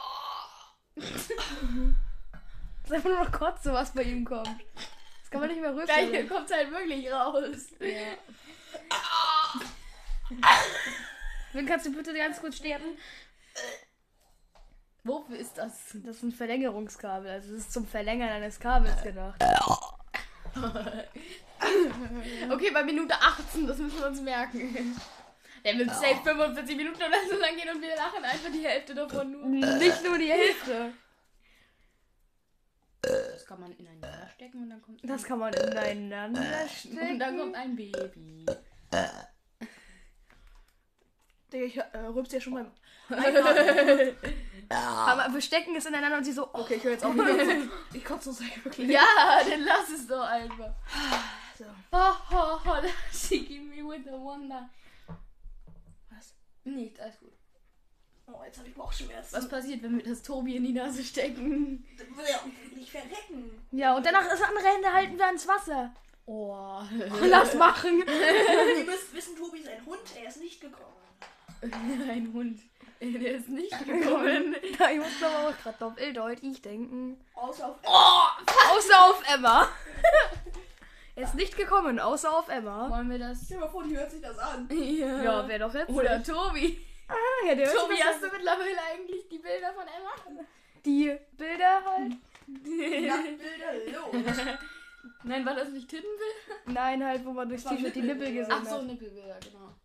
[SPEAKER 2] Es ist einfach nur noch Kotze, was bei ihm kommt. Das kann man nicht mehr rülpsen.
[SPEAKER 3] kommt halt wirklich raus.
[SPEAKER 2] Ja. Dann kannst du bitte ganz kurz sterben.
[SPEAKER 3] Wofür ist das?
[SPEAKER 2] Das ist ein Verlängerungskabel, also es ist zum Verlängern eines Kabels gedacht.
[SPEAKER 3] Okay, bei Minute 18, das müssen wir uns merken. Der wird safe 45 Minuten oder so lang gehen und wir lachen einfach die Hälfte davon nur.
[SPEAKER 2] Nicht nur die Hälfte.
[SPEAKER 3] Das kann man in ein Jahr stecken und dann kommt
[SPEAKER 2] Das kann man ineinander
[SPEAKER 3] und dann
[SPEAKER 2] stecken.
[SPEAKER 3] kommt ein Baby.
[SPEAKER 4] Digga, ich äh, rülpst ja schon mal.
[SPEAKER 2] Aber wir stecken es ineinander und sie
[SPEAKER 4] Oh.
[SPEAKER 2] so, okay, ich höre jetzt auch nicht.
[SPEAKER 4] Ich kotze so sehr wirklich.
[SPEAKER 3] Ja, dann lass es doch einfach.
[SPEAKER 4] So.
[SPEAKER 3] Oh, oh, oh, she give me with a wonder.
[SPEAKER 4] Was?
[SPEAKER 3] Nicht, alles gut.
[SPEAKER 4] Oh, jetzt habe ich Bauchschmerzen.
[SPEAKER 3] Was passiert, wenn wir das Tobi in die Nase stecken?
[SPEAKER 4] Nicht verrecken.
[SPEAKER 2] Ja, und danach ist andere Hände halten wir ans Wasser.
[SPEAKER 3] Oh.
[SPEAKER 2] Lass machen.
[SPEAKER 4] Ihr müsst wissen, Tobi ist ein Hund. Er ist nicht gekommen.
[SPEAKER 3] Ein Hund. Der ist nicht gekommen.
[SPEAKER 2] Ja, ich muss aber auch gerade doppeldeutig denken.
[SPEAKER 4] Außer auf.
[SPEAKER 2] Oh. Außer auf Emma. Er ist nicht gekommen, außer auf Emma.
[SPEAKER 3] Wollen wir das?
[SPEAKER 4] Stell dir mal vor, die hört sich das an.
[SPEAKER 3] Ja.
[SPEAKER 2] Ja, wer doch jetzt?
[SPEAKER 3] Oder Tobi.
[SPEAKER 2] Ah, ja, der hört
[SPEAKER 3] Tobi,
[SPEAKER 2] schon was
[SPEAKER 3] hast du mittlerweile eigentlich die Bilder von Emma?
[SPEAKER 2] an. die Bilder halt?
[SPEAKER 4] Nacktbilder, los.
[SPEAKER 3] Nein, war das nicht Tittenbild?
[SPEAKER 2] Nein, halt, wo man durchs
[SPEAKER 4] Das war
[SPEAKER 2] T-Shirt die
[SPEAKER 4] Nippel,
[SPEAKER 2] Nippel
[SPEAKER 4] ja.
[SPEAKER 2] gesehen
[SPEAKER 3] Ach so,
[SPEAKER 2] hat.
[SPEAKER 3] Nippelbilder, genau.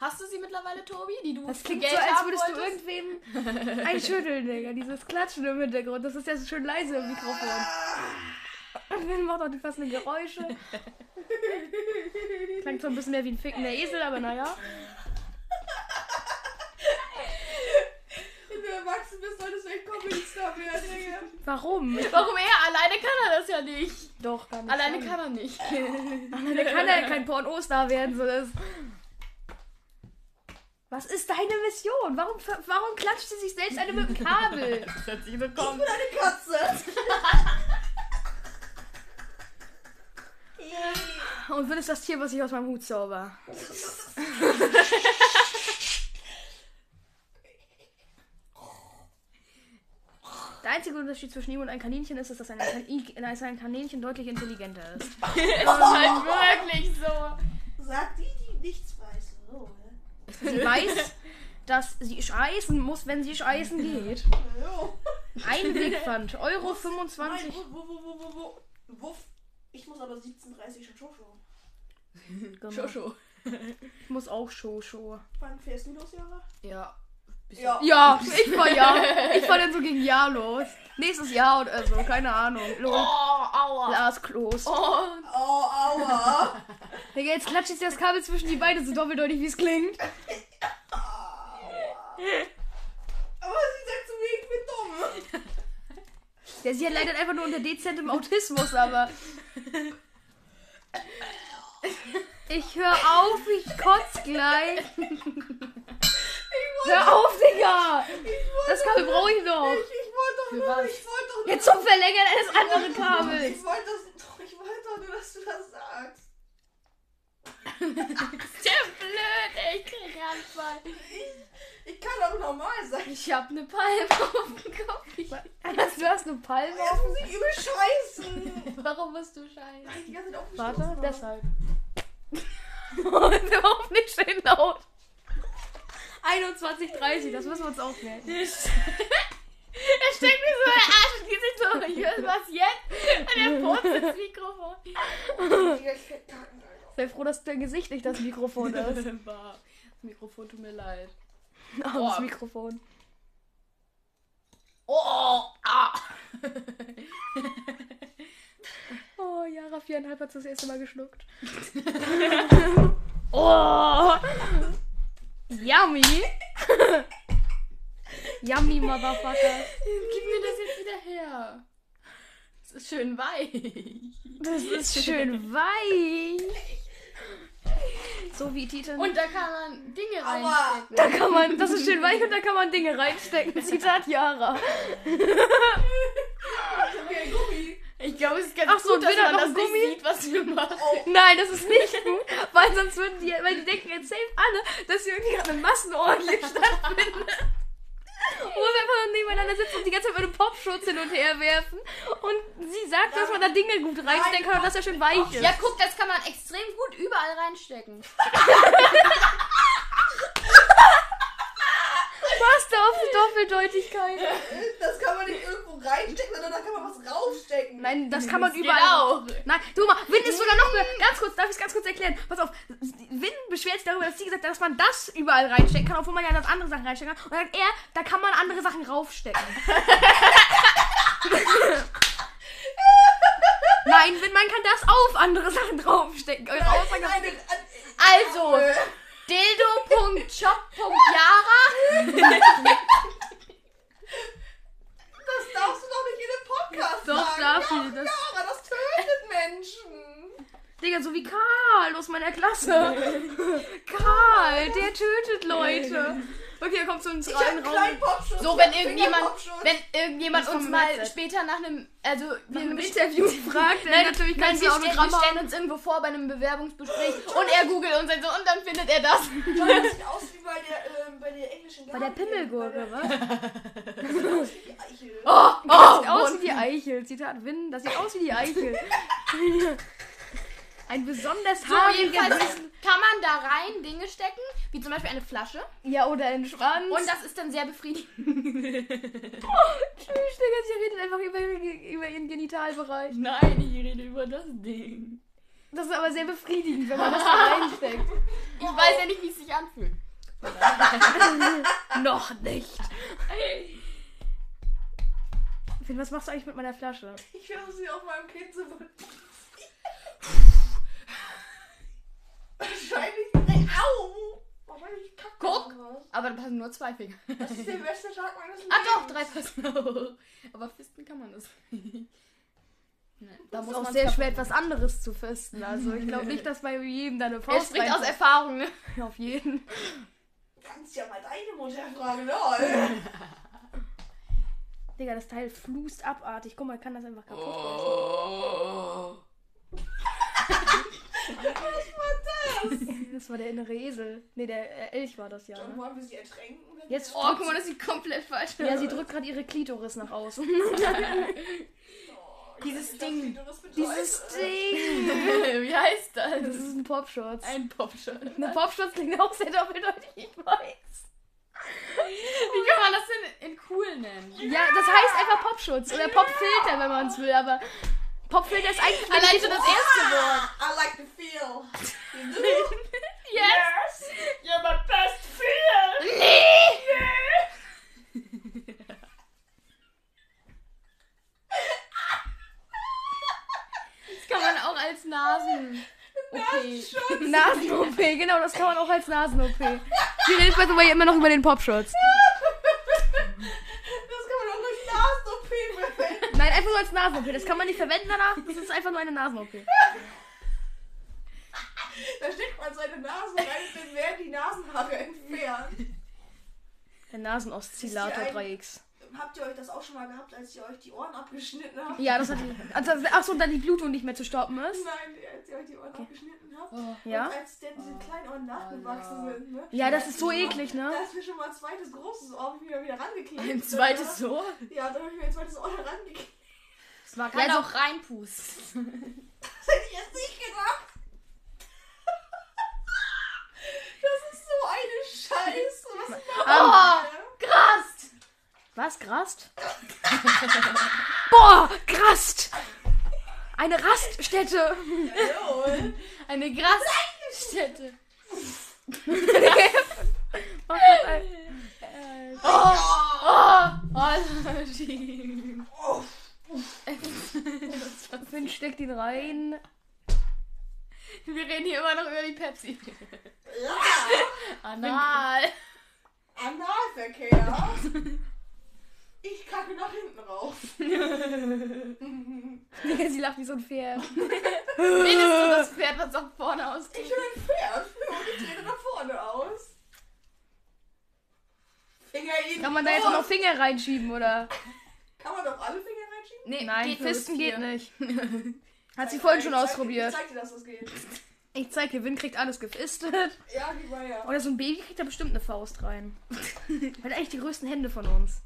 [SPEAKER 3] Hast du sie mittlerweile, Tobi? Die du
[SPEAKER 2] Das
[SPEAKER 3] für
[SPEAKER 2] klingt so,
[SPEAKER 3] Geld
[SPEAKER 2] als
[SPEAKER 3] haben
[SPEAKER 2] würdest du
[SPEAKER 3] wolltest?
[SPEAKER 2] irgendwem einschütteln, Digga. Dieses Klatschen im Hintergrund, das ist ja so schön leise im Mikrofon. Will macht auch die passenden Geräusche. Klang so ein bisschen mehr wie ein fickender Esel, aber naja.
[SPEAKER 4] Wenn du erwachsen bist, solltest du echt Comedy-Star werden, Digga.
[SPEAKER 2] Warum?
[SPEAKER 3] Warum er? Alleine kann er das ja nicht.
[SPEAKER 2] Doch, kann nicht
[SPEAKER 3] Alleine
[SPEAKER 2] sein.
[SPEAKER 3] kann er nicht.
[SPEAKER 2] Alleine kann er ja kein Pornostar werden, so das. Was ist deine Mission? Warum, ver- warum klatscht sie sich selbst eine mit dem Kabel?
[SPEAKER 3] Das hat sie bekommen.
[SPEAKER 4] Eine Katze.
[SPEAKER 2] Und wenn es das Tier, was ich aus meinem Hut zauber? einzige Unterschied zwischen ihm und einem Kaninchen ist, ist dass ein, kan I- dass ein Kaninchen deutlich intelligenter ist.
[SPEAKER 3] ist halt wirklich so.
[SPEAKER 4] Sagt die, die nichts weiß. So, ne?
[SPEAKER 2] Sie weiß, dass sie scheißen muss, wenn sie scheißen geht.
[SPEAKER 4] Jo.
[SPEAKER 2] Einwegpfand, Euro
[SPEAKER 4] Nein,
[SPEAKER 2] 25.
[SPEAKER 4] wo, wo, wo, wo, wo, wo, wuff. Ich muss aber 17.30 schon Jojo.
[SPEAKER 2] Genau.
[SPEAKER 3] Schoscho.
[SPEAKER 2] Ich muss auch Shosho.
[SPEAKER 4] Wann fährst du los, Jara?
[SPEAKER 3] Ja.
[SPEAKER 2] Ja, ich war ja. Ich war dann so gegen Jahr los. Nächstes Jahr oder so, keine Ahnung.
[SPEAKER 3] Oh,
[SPEAKER 2] Los.
[SPEAKER 3] aua.
[SPEAKER 2] Lars Klos.
[SPEAKER 3] Oh,
[SPEAKER 4] Oh, aua.
[SPEAKER 2] Digga, jetzt klatscht jetzt das Kabel zwischen die Beine so doppeldeutig, wie es klingt.
[SPEAKER 4] aber sie sagt zu mir, ich bin dumm.
[SPEAKER 2] Der sie leidet einfach nur unter dezentem Autismus, aber. Ich hör auf, ich kotz gleich. Hör auf, Digga! Das Kabel brauche ich noch.
[SPEAKER 4] Ich, ich wollte doch
[SPEAKER 3] Für
[SPEAKER 4] nur,
[SPEAKER 3] was?
[SPEAKER 4] ich wollte doch nur.
[SPEAKER 2] Jetzt zum Verlängern eines anderen Kabels.
[SPEAKER 4] ich wollte das doch, ich wollte doch nur, dass du das sagst.
[SPEAKER 3] der blöd, ey, ich krieg Handball.
[SPEAKER 4] Ich kann auch normal sein.
[SPEAKER 3] Ich hab ne Palme auf dem Kopf. Ich,
[SPEAKER 2] Was, du hast eine Palme?
[SPEAKER 4] Jetzt muss ich übel scheißen.
[SPEAKER 3] warum bist du scheiße?
[SPEAKER 4] Weil ich die ganze Zeit aufgestoßen
[SPEAKER 2] Warte,
[SPEAKER 4] habe.
[SPEAKER 2] deshalb. Und auf nicht schön laut. 21.30, das müssen wir uns auch merken.
[SPEAKER 3] Er steckt mir so in den Arsch und geht sich so, ich höre was jetzt? Und er putzt das Mikrofon.
[SPEAKER 4] Digga, ich werd kacken, Alter.
[SPEAKER 2] Sei froh, dass dein Gesicht nicht das Mikrofon ist.
[SPEAKER 3] Bah, Das Mikrofon tut mir leid.
[SPEAKER 2] Oh, das Mikrofon.
[SPEAKER 3] Oh, ah.
[SPEAKER 2] Oh, Jara, viereinhalb hat das erste Mal geschluckt.
[SPEAKER 3] Oh.
[SPEAKER 2] Yummy! Yummy, Motherfucker.
[SPEAKER 3] Gib mir das jetzt wieder her. Es ist schön weich.
[SPEAKER 2] Das ist schön weich. So wie Titan.
[SPEAKER 3] Und da kann man Dinge
[SPEAKER 4] Aua.
[SPEAKER 3] reinstecken.
[SPEAKER 2] da kann man, das ist schön weich und da kann man Dinge reinstecken. Zitat Jara.
[SPEAKER 4] Ich hab hier ein Gummi.
[SPEAKER 3] Ich glaube, es ist ganz
[SPEAKER 2] Ach so,
[SPEAKER 3] gut, dass
[SPEAKER 2] wieder
[SPEAKER 3] man
[SPEAKER 2] noch
[SPEAKER 3] das
[SPEAKER 2] Gummi?
[SPEAKER 3] nicht sieht, was wir machen.
[SPEAKER 2] Nein, das ist nicht gut, weil sonst würden die, weil die denken jetzt safe alle, dass hier irgendwie gerade eine Massenorgie stattfindet. Wo wir einfach nur nebeneinander sitzen und die ganze Zeit mit einem Popschutz hin und her werfen. Und sie sagt, dass man da Dinge gut reinstecken kann und dass er schön weich ist.
[SPEAKER 3] Ja, guck, das kann man extrem gut überall reinstecken.
[SPEAKER 2] Master auf die Doppeldeutigkeit.
[SPEAKER 4] Das kann man nicht irgendwo reinstecken, sondern da kann man was raufstecken.
[SPEAKER 2] Nein, das kann man
[SPEAKER 3] geht
[SPEAKER 2] überall.
[SPEAKER 3] auch.
[SPEAKER 2] Nein, du mal, Win ist sogar noch mehr. Ganz kurz, darf ich es ganz kurz erklären? Pass auf, Win beschwert sich darüber, dass sie gesagt hat, dass man das überall reinstecken kann, obwohl man ja das andere Sachen reinstecken kann. Und dann sagt er, da kann man andere Sachen raufstecken. Nein, Win, man kann das auf andere Sachen draufstecken. Eure Aussage
[SPEAKER 4] Eine, Äh,
[SPEAKER 2] ist-
[SPEAKER 4] an-
[SPEAKER 3] Also, dildo.shop.jara.
[SPEAKER 4] das darfst du doch nicht in einem Podcast
[SPEAKER 2] Doch,
[SPEAKER 4] sagen.
[SPEAKER 2] darf
[SPEAKER 4] ja,
[SPEAKER 2] ich, das-
[SPEAKER 4] Clara, das tötet Menschen.
[SPEAKER 2] Digga, so wie Karl aus meiner Klasse. Karl, der tötet Leute. Okay, er kommt zu uns
[SPEAKER 4] Ich hab
[SPEAKER 2] rein.
[SPEAKER 4] einen kleinen Popschutz.
[SPEAKER 3] So, wenn
[SPEAKER 4] ich hab einen
[SPEAKER 3] irgendjemand,
[SPEAKER 4] Fingerpopschutz.
[SPEAKER 3] wenn irgendjemand
[SPEAKER 2] Das
[SPEAKER 3] uns
[SPEAKER 2] vom
[SPEAKER 3] mal
[SPEAKER 2] Headset.
[SPEAKER 3] später nach einem, also wir
[SPEAKER 2] einem
[SPEAKER 3] best-
[SPEAKER 2] Interview fragt, dann
[SPEAKER 3] nein,
[SPEAKER 2] natürlich
[SPEAKER 3] nein,
[SPEAKER 2] kannst du
[SPEAKER 3] wir,
[SPEAKER 2] auch
[SPEAKER 3] stellen,
[SPEAKER 2] Autogramme
[SPEAKER 3] wir stellen uns irgendwo vor bei einem Bewerbungsgespräch und er googelt uns dann so und dann findet er das.
[SPEAKER 4] Johnny sieht aus wie bei der, ähm, bei der englischen
[SPEAKER 2] Bei der
[SPEAKER 4] Gardenin,
[SPEAKER 2] Pimmelgurke, was?
[SPEAKER 4] bei der- aus wie die Eichel.
[SPEAKER 3] Oh,
[SPEAKER 2] Das sieht
[SPEAKER 3] Mann.
[SPEAKER 2] aus wie die Eichel. Zitat Win, das sieht aus wie die Eichel. Ein besonders
[SPEAKER 3] So,
[SPEAKER 2] haariger
[SPEAKER 3] jedenfalls
[SPEAKER 2] Biss-
[SPEAKER 3] kann man da rein Dinge stecken, wie zum Beispiel eine Flasche.
[SPEAKER 2] Ja, oder ein Schwanz.
[SPEAKER 3] Und das ist dann sehr befriedigend.
[SPEAKER 2] Tschüss, Digga, sie redet einfach über, über ihren Genitalbereich.
[SPEAKER 3] Nein, ich rede über das Ding.
[SPEAKER 2] Das ist aber sehr befriedigend, wenn man das da reinsteckt.
[SPEAKER 3] Ich weiß ja nicht, wie es sich anfühlt.
[SPEAKER 2] Noch nicht. Finn, was machst du eigentlich mit meiner Flasche?
[SPEAKER 4] Ich werfe sie auf meinem Kind so. Wahrscheinlich. Ey, au! Wahrscheinlich kacke.
[SPEAKER 3] Guck.
[SPEAKER 4] sowas.
[SPEAKER 3] Aber da passen nur zwei Finger.
[SPEAKER 4] Das ist der beste Tag meines Lebens.
[SPEAKER 3] Ah doch, drei passen auch. Aber fisten kann man das. nicht. Nein, da
[SPEAKER 2] Das
[SPEAKER 3] muss
[SPEAKER 2] ist auch
[SPEAKER 3] man's
[SPEAKER 2] sehr
[SPEAKER 3] kaputt
[SPEAKER 2] schwer,
[SPEAKER 3] machen.
[SPEAKER 2] etwas anderes zu fisten. Also, ich glaube nicht, dass bei jedem deine
[SPEAKER 3] Er
[SPEAKER 2] Faust
[SPEAKER 3] spricht aus
[SPEAKER 2] reinpasst.
[SPEAKER 3] Erfahrung, ne?
[SPEAKER 2] Auf jeden.
[SPEAKER 4] Kannst ja mal deine Mutter fragen, Oh, lol.
[SPEAKER 2] Digga, das Teil flust abartig. Guck mal, kann das einfach kaputt machen.
[SPEAKER 3] Oh.
[SPEAKER 2] Das war der innere Esel. Nee, der äh, Elch war das ja.
[SPEAKER 4] Dann
[SPEAKER 2] Ne?
[SPEAKER 4] wollen wir sie ertränken? Oder?
[SPEAKER 2] Jetzt
[SPEAKER 3] Oh, guck mal, das sieht komplett falsch
[SPEAKER 2] Ja, sie drückt gerade ihre Klitoris nach außen.
[SPEAKER 4] Oh,
[SPEAKER 3] dieses
[SPEAKER 4] ich weiß
[SPEAKER 3] Ding.
[SPEAKER 4] nicht, ob die Doris
[SPEAKER 2] Dieses
[SPEAKER 4] bedeutet.
[SPEAKER 2] Ding.
[SPEAKER 3] Wie heißt das?
[SPEAKER 2] Das ist ein Popschutz.
[SPEAKER 3] Ein Popschutz.
[SPEAKER 2] Eine Popschutz klingt auch sehr doppeldeutig, ich weiß.
[SPEAKER 3] Wie kann man das denn in cool nennen?
[SPEAKER 2] Ja, das heißt einfach Popschutz oder Popfilter, wenn man es will, aber Popfilter ist eigentlich wenn
[SPEAKER 3] Allein
[SPEAKER 2] ich-
[SPEAKER 3] schon das erste Wort.
[SPEAKER 4] Ah, I like the feel. You do?
[SPEAKER 3] Yes!
[SPEAKER 1] Yes! You're my best friend!
[SPEAKER 3] Das kann man auch als Nasen. Okay.
[SPEAKER 2] Nasen-OP, genau, das kann man auch als Nasen-OP. Sie redet bei sowas immer noch über den Popschutz.
[SPEAKER 4] Das kann man auch durch Nasen-OP verwenden.
[SPEAKER 2] Nein, einfach nur als Nasen-OP. Das kann man nicht verwenden danach, das ist einfach nur eine Nasen-OP.
[SPEAKER 4] Da steckt man seine Nase rein und dann werden die Nasenhaare entfernt.
[SPEAKER 2] Der Nasenoszillator 3X.
[SPEAKER 4] Habt ihr euch das auch schon mal gehabt, als ihr euch die Ohren abgeschnitten habt?
[SPEAKER 2] Ja, das hat die. Also, achso, und dann die Blutung nicht mehr zu stoppen ist.
[SPEAKER 4] Nein, als ihr euch die Ohren abgeschnitten habt.
[SPEAKER 3] Oh.
[SPEAKER 2] Ja.
[SPEAKER 4] Und als dann diese kleinen Ohren nachgewachsen
[SPEAKER 3] ja.
[SPEAKER 4] sind, ne?
[SPEAKER 2] Ja, das ist so eklig,
[SPEAKER 4] Da
[SPEAKER 2] ne?
[SPEAKER 4] ist mir schon mal ein zweites großes Ohr hab ich mir wieder rangeklebt.
[SPEAKER 3] Ein zweites so?
[SPEAKER 4] Ja, dann habe ich mir ein zweites Ohr rangeklebt.
[SPEAKER 2] Das war
[SPEAKER 3] Kann
[SPEAKER 2] ja, also,
[SPEAKER 3] auch reinpusten.
[SPEAKER 4] Das hätte ich jetzt nicht gedacht. Das ist so eine Scheiße. Was ist
[SPEAKER 3] Oh,
[SPEAKER 4] das?
[SPEAKER 3] krass!
[SPEAKER 2] Was? Grast? Boah, Grast! Eine Raststätte!
[SPEAKER 4] Jawohl.
[SPEAKER 3] Eine Grasstätte.
[SPEAKER 2] Oh Gott, ey.
[SPEAKER 3] Oh, oh, Team.
[SPEAKER 4] Oh,
[SPEAKER 2] Finn steckt ihn rein.
[SPEAKER 3] Wir reden hier immer noch über die Pepsi.
[SPEAKER 4] ja.
[SPEAKER 3] Ah, Anal.
[SPEAKER 4] Analverkehr. Ich kacke nach hinten rauf.
[SPEAKER 2] Digga, Sie lacht wie so ein Pferd.
[SPEAKER 3] Wenigstens so das Pferd, was auch vorne
[SPEAKER 4] Ich
[SPEAKER 3] ausgeht.
[SPEAKER 4] bin ein Pferd und ich trete nach vorne aus. Finger in
[SPEAKER 2] Kann man da jetzt auch noch Finger reinschieben, oder?
[SPEAKER 4] Kann man doch alle Finger reinschieben?
[SPEAKER 3] Nee,
[SPEAKER 2] Nein,
[SPEAKER 3] nur bis
[SPEAKER 2] Fisten
[SPEAKER 3] vier.
[SPEAKER 2] geht nicht. Hat sie vorhin schon
[SPEAKER 4] Ich zeig-
[SPEAKER 2] ausprobiert.
[SPEAKER 4] Ich zeig dir, dass das geht.
[SPEAKER 2] Ich zeig dir, Win kriegt alles gefistet.
[SPEAKER 4] Ja, gib mal her.
[SPEAKER 2] Oder so ein Baby kriegt da bestimmt eine Faust rein. Hat eigentlich die größten Hände von uns.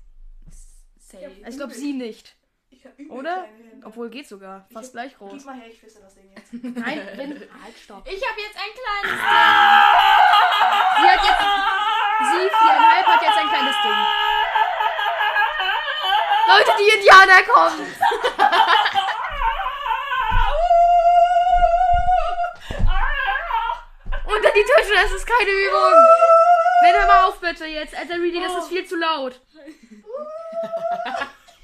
[SPEAKER 3] Safe.
[SPEAKER 2] Also ich glaube, sie nicht.
[SPEAKER 4] Ich hab übel
[SPEAKER 2] Oder?
[SPEAKER 4] kleine Hände.
[SPEAKER 2] Obwohl geht sogar. Fast gleich
[SPEAKER 4] Gib
[SPEAKER 2] groß.
[SPEAKER 4] mal her, ich fisse das Ding jetzt.
[SPEAKER 2] Nein, Win. Halt, stopp.
[SPEAKER 3] Ich Ah. habe jetzt ein kleines.
[SPEAKER 2] Sie hat jetzt. Sie, viereinhalb, hat jetzt ein kleines Ding.
[SPEAKER 1] Ah.
[SPEAKER 2] Leute, die Indianer kommen! Unter die Tische, das ist keine Übung! Wenn hör mal auf bitte jetzt, Alter Reedy, das ist viel zu laut.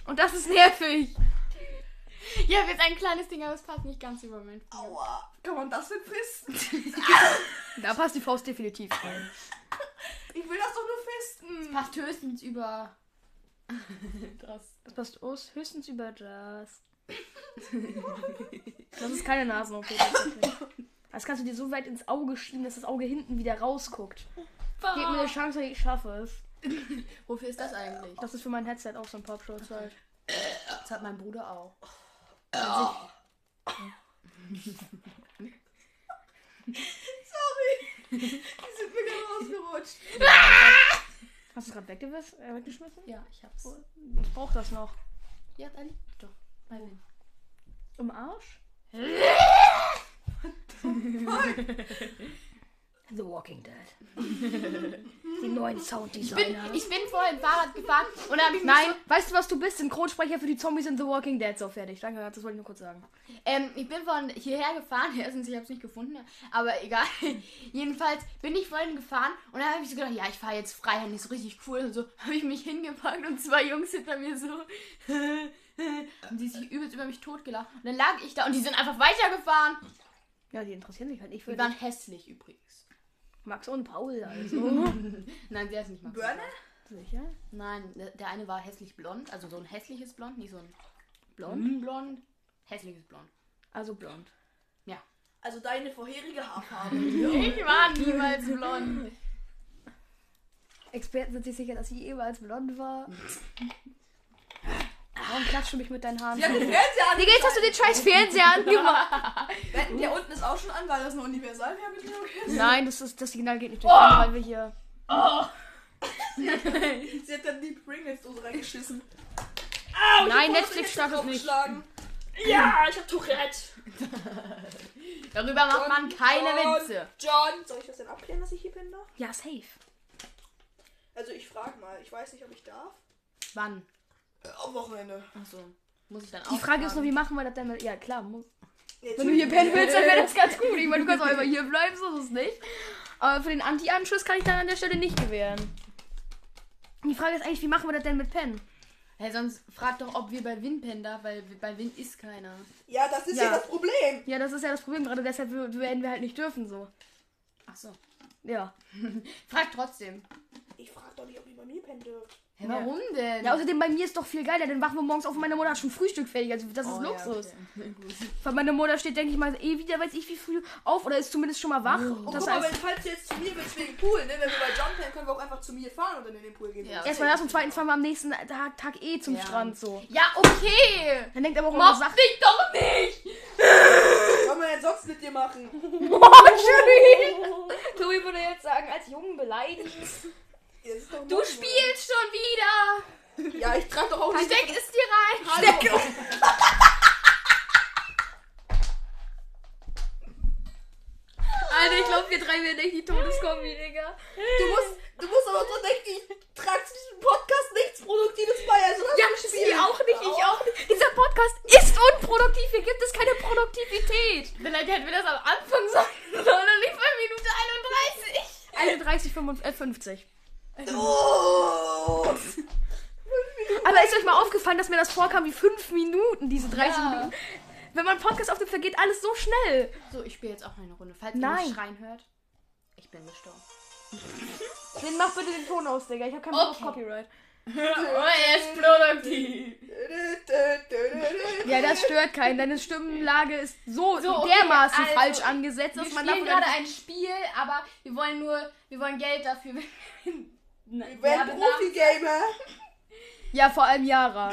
[SPEAKER 2] Und das ist nervig.
[SPEAKER 3] Ich habe jetzt ein kleines Ding, aber es passt nicht ganz über meinen Finger.
[SPEAKER 4] Aua. Kann man das denn fisten?
[SPEAKER 2] Da passt die Faust definitiv rein.
[SPEAKER 4] Ich will das doch nur fisten.
[SPEAKER 3] Passt höchstens über. das.
[SPEAKER 2] Das passt aus, höchstens über das. Das ist keine Nasen-OP. tatsächlich. Das kannst du dir so weit ins Auge schieben, dass das Auge hinten wieder rausguckt. Gib mir eine Chance, ich schaffe es.
[SPEAKER 3] Wofür ist das eigentlich?
[SPEAKER 2] Das ist für mein Headset auch so ein Popschutz halt.
[SPEAKER 3] Das hat mein Bruder auch.
[SPEAKER 4] Sorry. Die sind mir gerade rausgerutscht.
[SPEAKER 2] Hast du es gerade weggewis- äh, weggeschmissen?
[SPEAKER 3] Ja, ich hab's.
[SPEAKER 2] Ich brauch das noch.
[SPEAKER 3] Ja, da liegt doch. Mein
[SPEAKER 2] Im Arsch? The Walking Dead. Die neuen
[SPEAKER 3] ich, bin,
[SPEAKER 2] Sounddesigner.
[SPEAKER 3] ich bin vorhin Fahrrad gefahren und da habe ich mich
[SPEAKER 2] Nein, weißt du, was du bist? Synchronsprecher für die Zombies in The Walking Dead. So, fertig. Danke, das wollte ich nur kurz sagen.
[SPEAKER 3] Ähm, ich bin von hierher gefahren. Erstens, ich habe es nicht gefunden, aber egal. Jedenfalls bin ich vorhin gefahren und dann habe ich so gedacht, ja, ich fahre jetzt Freihand, ist richtig cool und so. Habe ich mich hingepackt und zwei Jungs hinter mir so. und die sich übelst über mich totgelacht. Und dann lag ich da und die sind einfach weitergefahren.
[SPEAKER 2] Ja, die interessieren sich halt nicht für
[SPEAKER 3] Die
[SPEAKER 2] dich.
[SPEAKER 3] waren hässlich übrigens.
[SPEAKER 2] Max und Paul, also.
[SPEAKER 3] Nein, der ist nicht mal.
[SPEAKER 4] Birne?
[SPEAKER 2] Sicher?
[SPEAKER 3] Nein, der der eine war hässlich blond, also so ein hässliches Blond, nicht so ein blond. Blond. Hässliches Blond.
[SPEAKER 2] Also blond.
[SPEAKER 4] Also deine vorherige Haarfarbe. Ja.
[SPEAKER 3] Ich war niemals blond.
[SPEAKER 2] Experten sind sich sicher, dass sie jeweils blond war. Warum klatschst du mich mit deinen Haaren?
[SPEAKER 4] Sie hat den Fernseher
[SPEAKER 2] Digga, jetzt hast du den scheiß Fernseher angemacht.
[SPEAKER 4] Wetten, der unten ist auch schon an, weil das eine Universalfernbedienung ist.
[SPEAKER 2] Nein, das, ist, das Signal geht nicht durch, weil wir hier.
[SPEAKER 1] Oh,
[SPEAKER 4] Sie hat dann die Pringles-Dose reingeschissen.
[SPEAKER 2] Nein, Netflix darf es nicht.
[SPEAKER 4] Aufgeschlagen.
[SPEAKER 1] ja, ich hab Tourette.
[SPEAKER 3] Darüber macht man keine
[SPEAKER 4] John,
[SPEAKER 3] Witze.
[SPEAKER 4] John, soll ich das denn abklären, dass ich hier bin noch?
[SPEAKER 2] Ja, safe.
[SPEAKER 4] Also ich frage mal, ich weiß nicht, ob ich darf.
[SPEAKER 3] Wann?
[SPEAKER 4] Am Wochenende.
[SPEAKER 3] Achso. Muss ich dann auch.
[SPEAKER 2] Die Frage ist nur, wie machen wir das denn? mit- Ja, klar. mu-
[SPEAKER 4] Nee,
[SPEAKER 2] Wenn du hier pennen willst, dann wäre das ganz gut. Ich meine, du kannst auch immer hier bleiben, so ist es nicht. Aber für den Anti-Anschluss kann ich dann an der Stelle nicht gewähren. Die Frage ist eigentlich, wie machen wir das denn mit Pen?
[SPEAKER 3] Hey, sonst frag doch, ob wir bei Win pennen darf, weil bei Win ist keiner.
[SPEAKER 4] Ja, das ist
[SPEAKER 2] Ja.
[SPEAKER 4] ja, das Problem.
[SPEAKER 2] Ja, das ist ja das Problem gerade, deshalb wür- werden wir halt nicht dürfen so.
[SPEAKER 3] Achso.
[SPEAKER 2] Ja.
[SPEAKER 3] Frag trotzdem.
[SPEAKER 4] Ich frage doch nicht, ob ihr bei mir pennen dürft.
[SPEAKER 3] Hä, warum denn?
[SPEAKER 2] Ja, außerdem bei mir ist doch viel geiler, dann wachen wir morgens auf und meine Mutter hat schon Frühstück fertig. Also das ist
[SPEAKER 3] Oh, ja,
[SPEAKER 2] Luxus.
[SPEAKER 3] okay. Gut.
[SPEAKER 2] Weil meine Mutter steht, denke ich mal, eh wieder weiß ich wie früh auf oder ist zumindest schon mal wach.
[SPEAKER 4] Oh,
[SPEAKER 2] Das
[SPEAKER 4] guck mal,
[SPEAKER 2] heißt,
[SPEAKER 4] wenn, falls du jetzt zu mir willst wegen Pool, ne? Wenn wir bei John pennen, können wir auch einfach zu mir fahren und dann in den Pool gehen.
[SPEAKER 3] Ja.
[SPEAKER 2] erstmal das und zweitens fahren wir am nächsten Tag, Tag eh zum
[SPEAKER 3] Ja.
[SPEAKER 2] Strand so.
[SPEAKER 3] Ja, okay.
[SPEAKER 2] Dann denkt aber auch immer
[SPEAKER 3] Mach
[SPEAKER 2] Sachen.
[SPEAKER 3] dich doch nicht.
[SPEAKER 4] Was soll man denn sonst mit dir machen?
[SPEAKER 2] Tobi würde jetzt sagen, als Jungen beleidigen.
[SPEAKER 4] Ja, das ist doch
[SPEAKER 3] Du
[SPEAKER 4] Mord.
[SPEAKER 3] spielst schon wieder.
[SPEAKER 4] Ja, ich trage doch auch nicht.
[SPEAKER 3] Steck es dir rein.
[SPEAKER 4] Steck auf.
[SPEAKER 2] Alter, ich glaube, wir drei werden echt die Todeskombi, Digga.
[SPEAKER 4] Du musst, du musst aber dran denken, ich trage zu diesem Podcast nichts Produktives bei. Also lass
[SPEAKER 2] Ja,
[SPEAKER 4] mich spielen.
[SPEAKER 2] sie auch nicht, ich auch nicht. Dieser Podcast ist unproduktiv. Hier gibt es keine Produktivität.
[SPEAKER 3] Vielleicht hätten wir das am Anfang sagen sollen und nicht bei Minute 31.
[SPEAKER 2] 31, 50.
[SPEAKER 4] Oh.
[SPEAKER 2] Aber ist euch mal aufgefallen, dass mir das vorkam wie 5 Minuten, diese 30
[SPEAKER 3] Ja.
[SPEAKER 2] Minuten? Wenn man Podcast aufnimmt, vergeht alles so schnell.
[SPEAKER 3] So, ich spiele jetzt auch eine Runde. Falls
[SPEAKER 2] Nein.
[SPEAKER 3] ihr mich schreien hört, ich bin gestorben.
[SPEAKER 2] Den mach bitte den Ton aus, Digga. Ich habe keinen
[SPEAKER 3] Bock auf
[SPEAKER 2] Copyright.
[SPEAKER 3] Oh, er ist produktiv.
[SPEAKER 4] Oh.
[SPEAKER 2] Ja, das stört keinen. Deine Stimmenlage ist so,
[SPEAKER 3] So, okay,
[SPEAKER 2] dermaßen
[SPEAKER 3] also,
[SPEAKER 2] falsch angesetzt, dass
[SPEAKER 3] Wir
[SPEAKER 2] man
[SPEAKER 3] spielen
[SPEAKER 2] davon
[SPEAKER 3] gerade ein Spiel, aber wir wollen nur, wir wollen Geld dafür.
[SPEAKER 4] Wir werden Profi-Gamer.
[SPEAKER 2] Ja, vor allem Yara.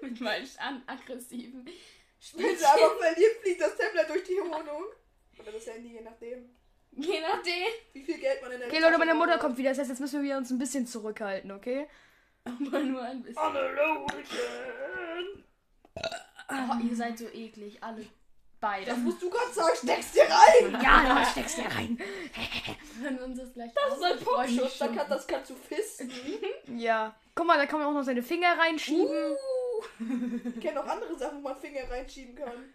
[SPEAKER 3] mit meinen an aggressiven Spiel.
[SPEAKER 4] Wenn sie einfach verliert, fliegt das Tablet durch die Wohnung. Oder das Handy, je nachdem.
[SPEAKER 3] Je nachdem.
[SPEAKER 4] Wie viel Geld man in der
[SPEAKER 2] Okay, Leute, meine Mutter kommt wieder. Das heißt, jetzt müssen wir uns ein bisschen zurückhalten, okay?
[SPEAKER 3] Aber nur ein bisschen.
[SPEAKER 1] Alle Leute.
[SPEAKER 3] Oh, ihr seid so eklig, alle.
[SPEAKER 4] Das
[SPEAKER 3] Beide.
[SPEAKER 4] musst du gerade sagen, steckst dir rein.
[SPEAKER 2] Ja, da steckst du ja rein.
[SPEAKER 3] Wenn uns das gleich
[SPEAKER 4] Das ist ein Popschuss, dann kann, das kannst du fisten.
[SPEAKER 2] Ja. Guck mal, da kann man auch noch seine Finger
[SPEAKER 3] Uh.
[SPEAKER 2] reinschieben.
[SPEAKER 4] Uh. Ich kenne auch andere Sachen, wo man Finger reinschieben kann.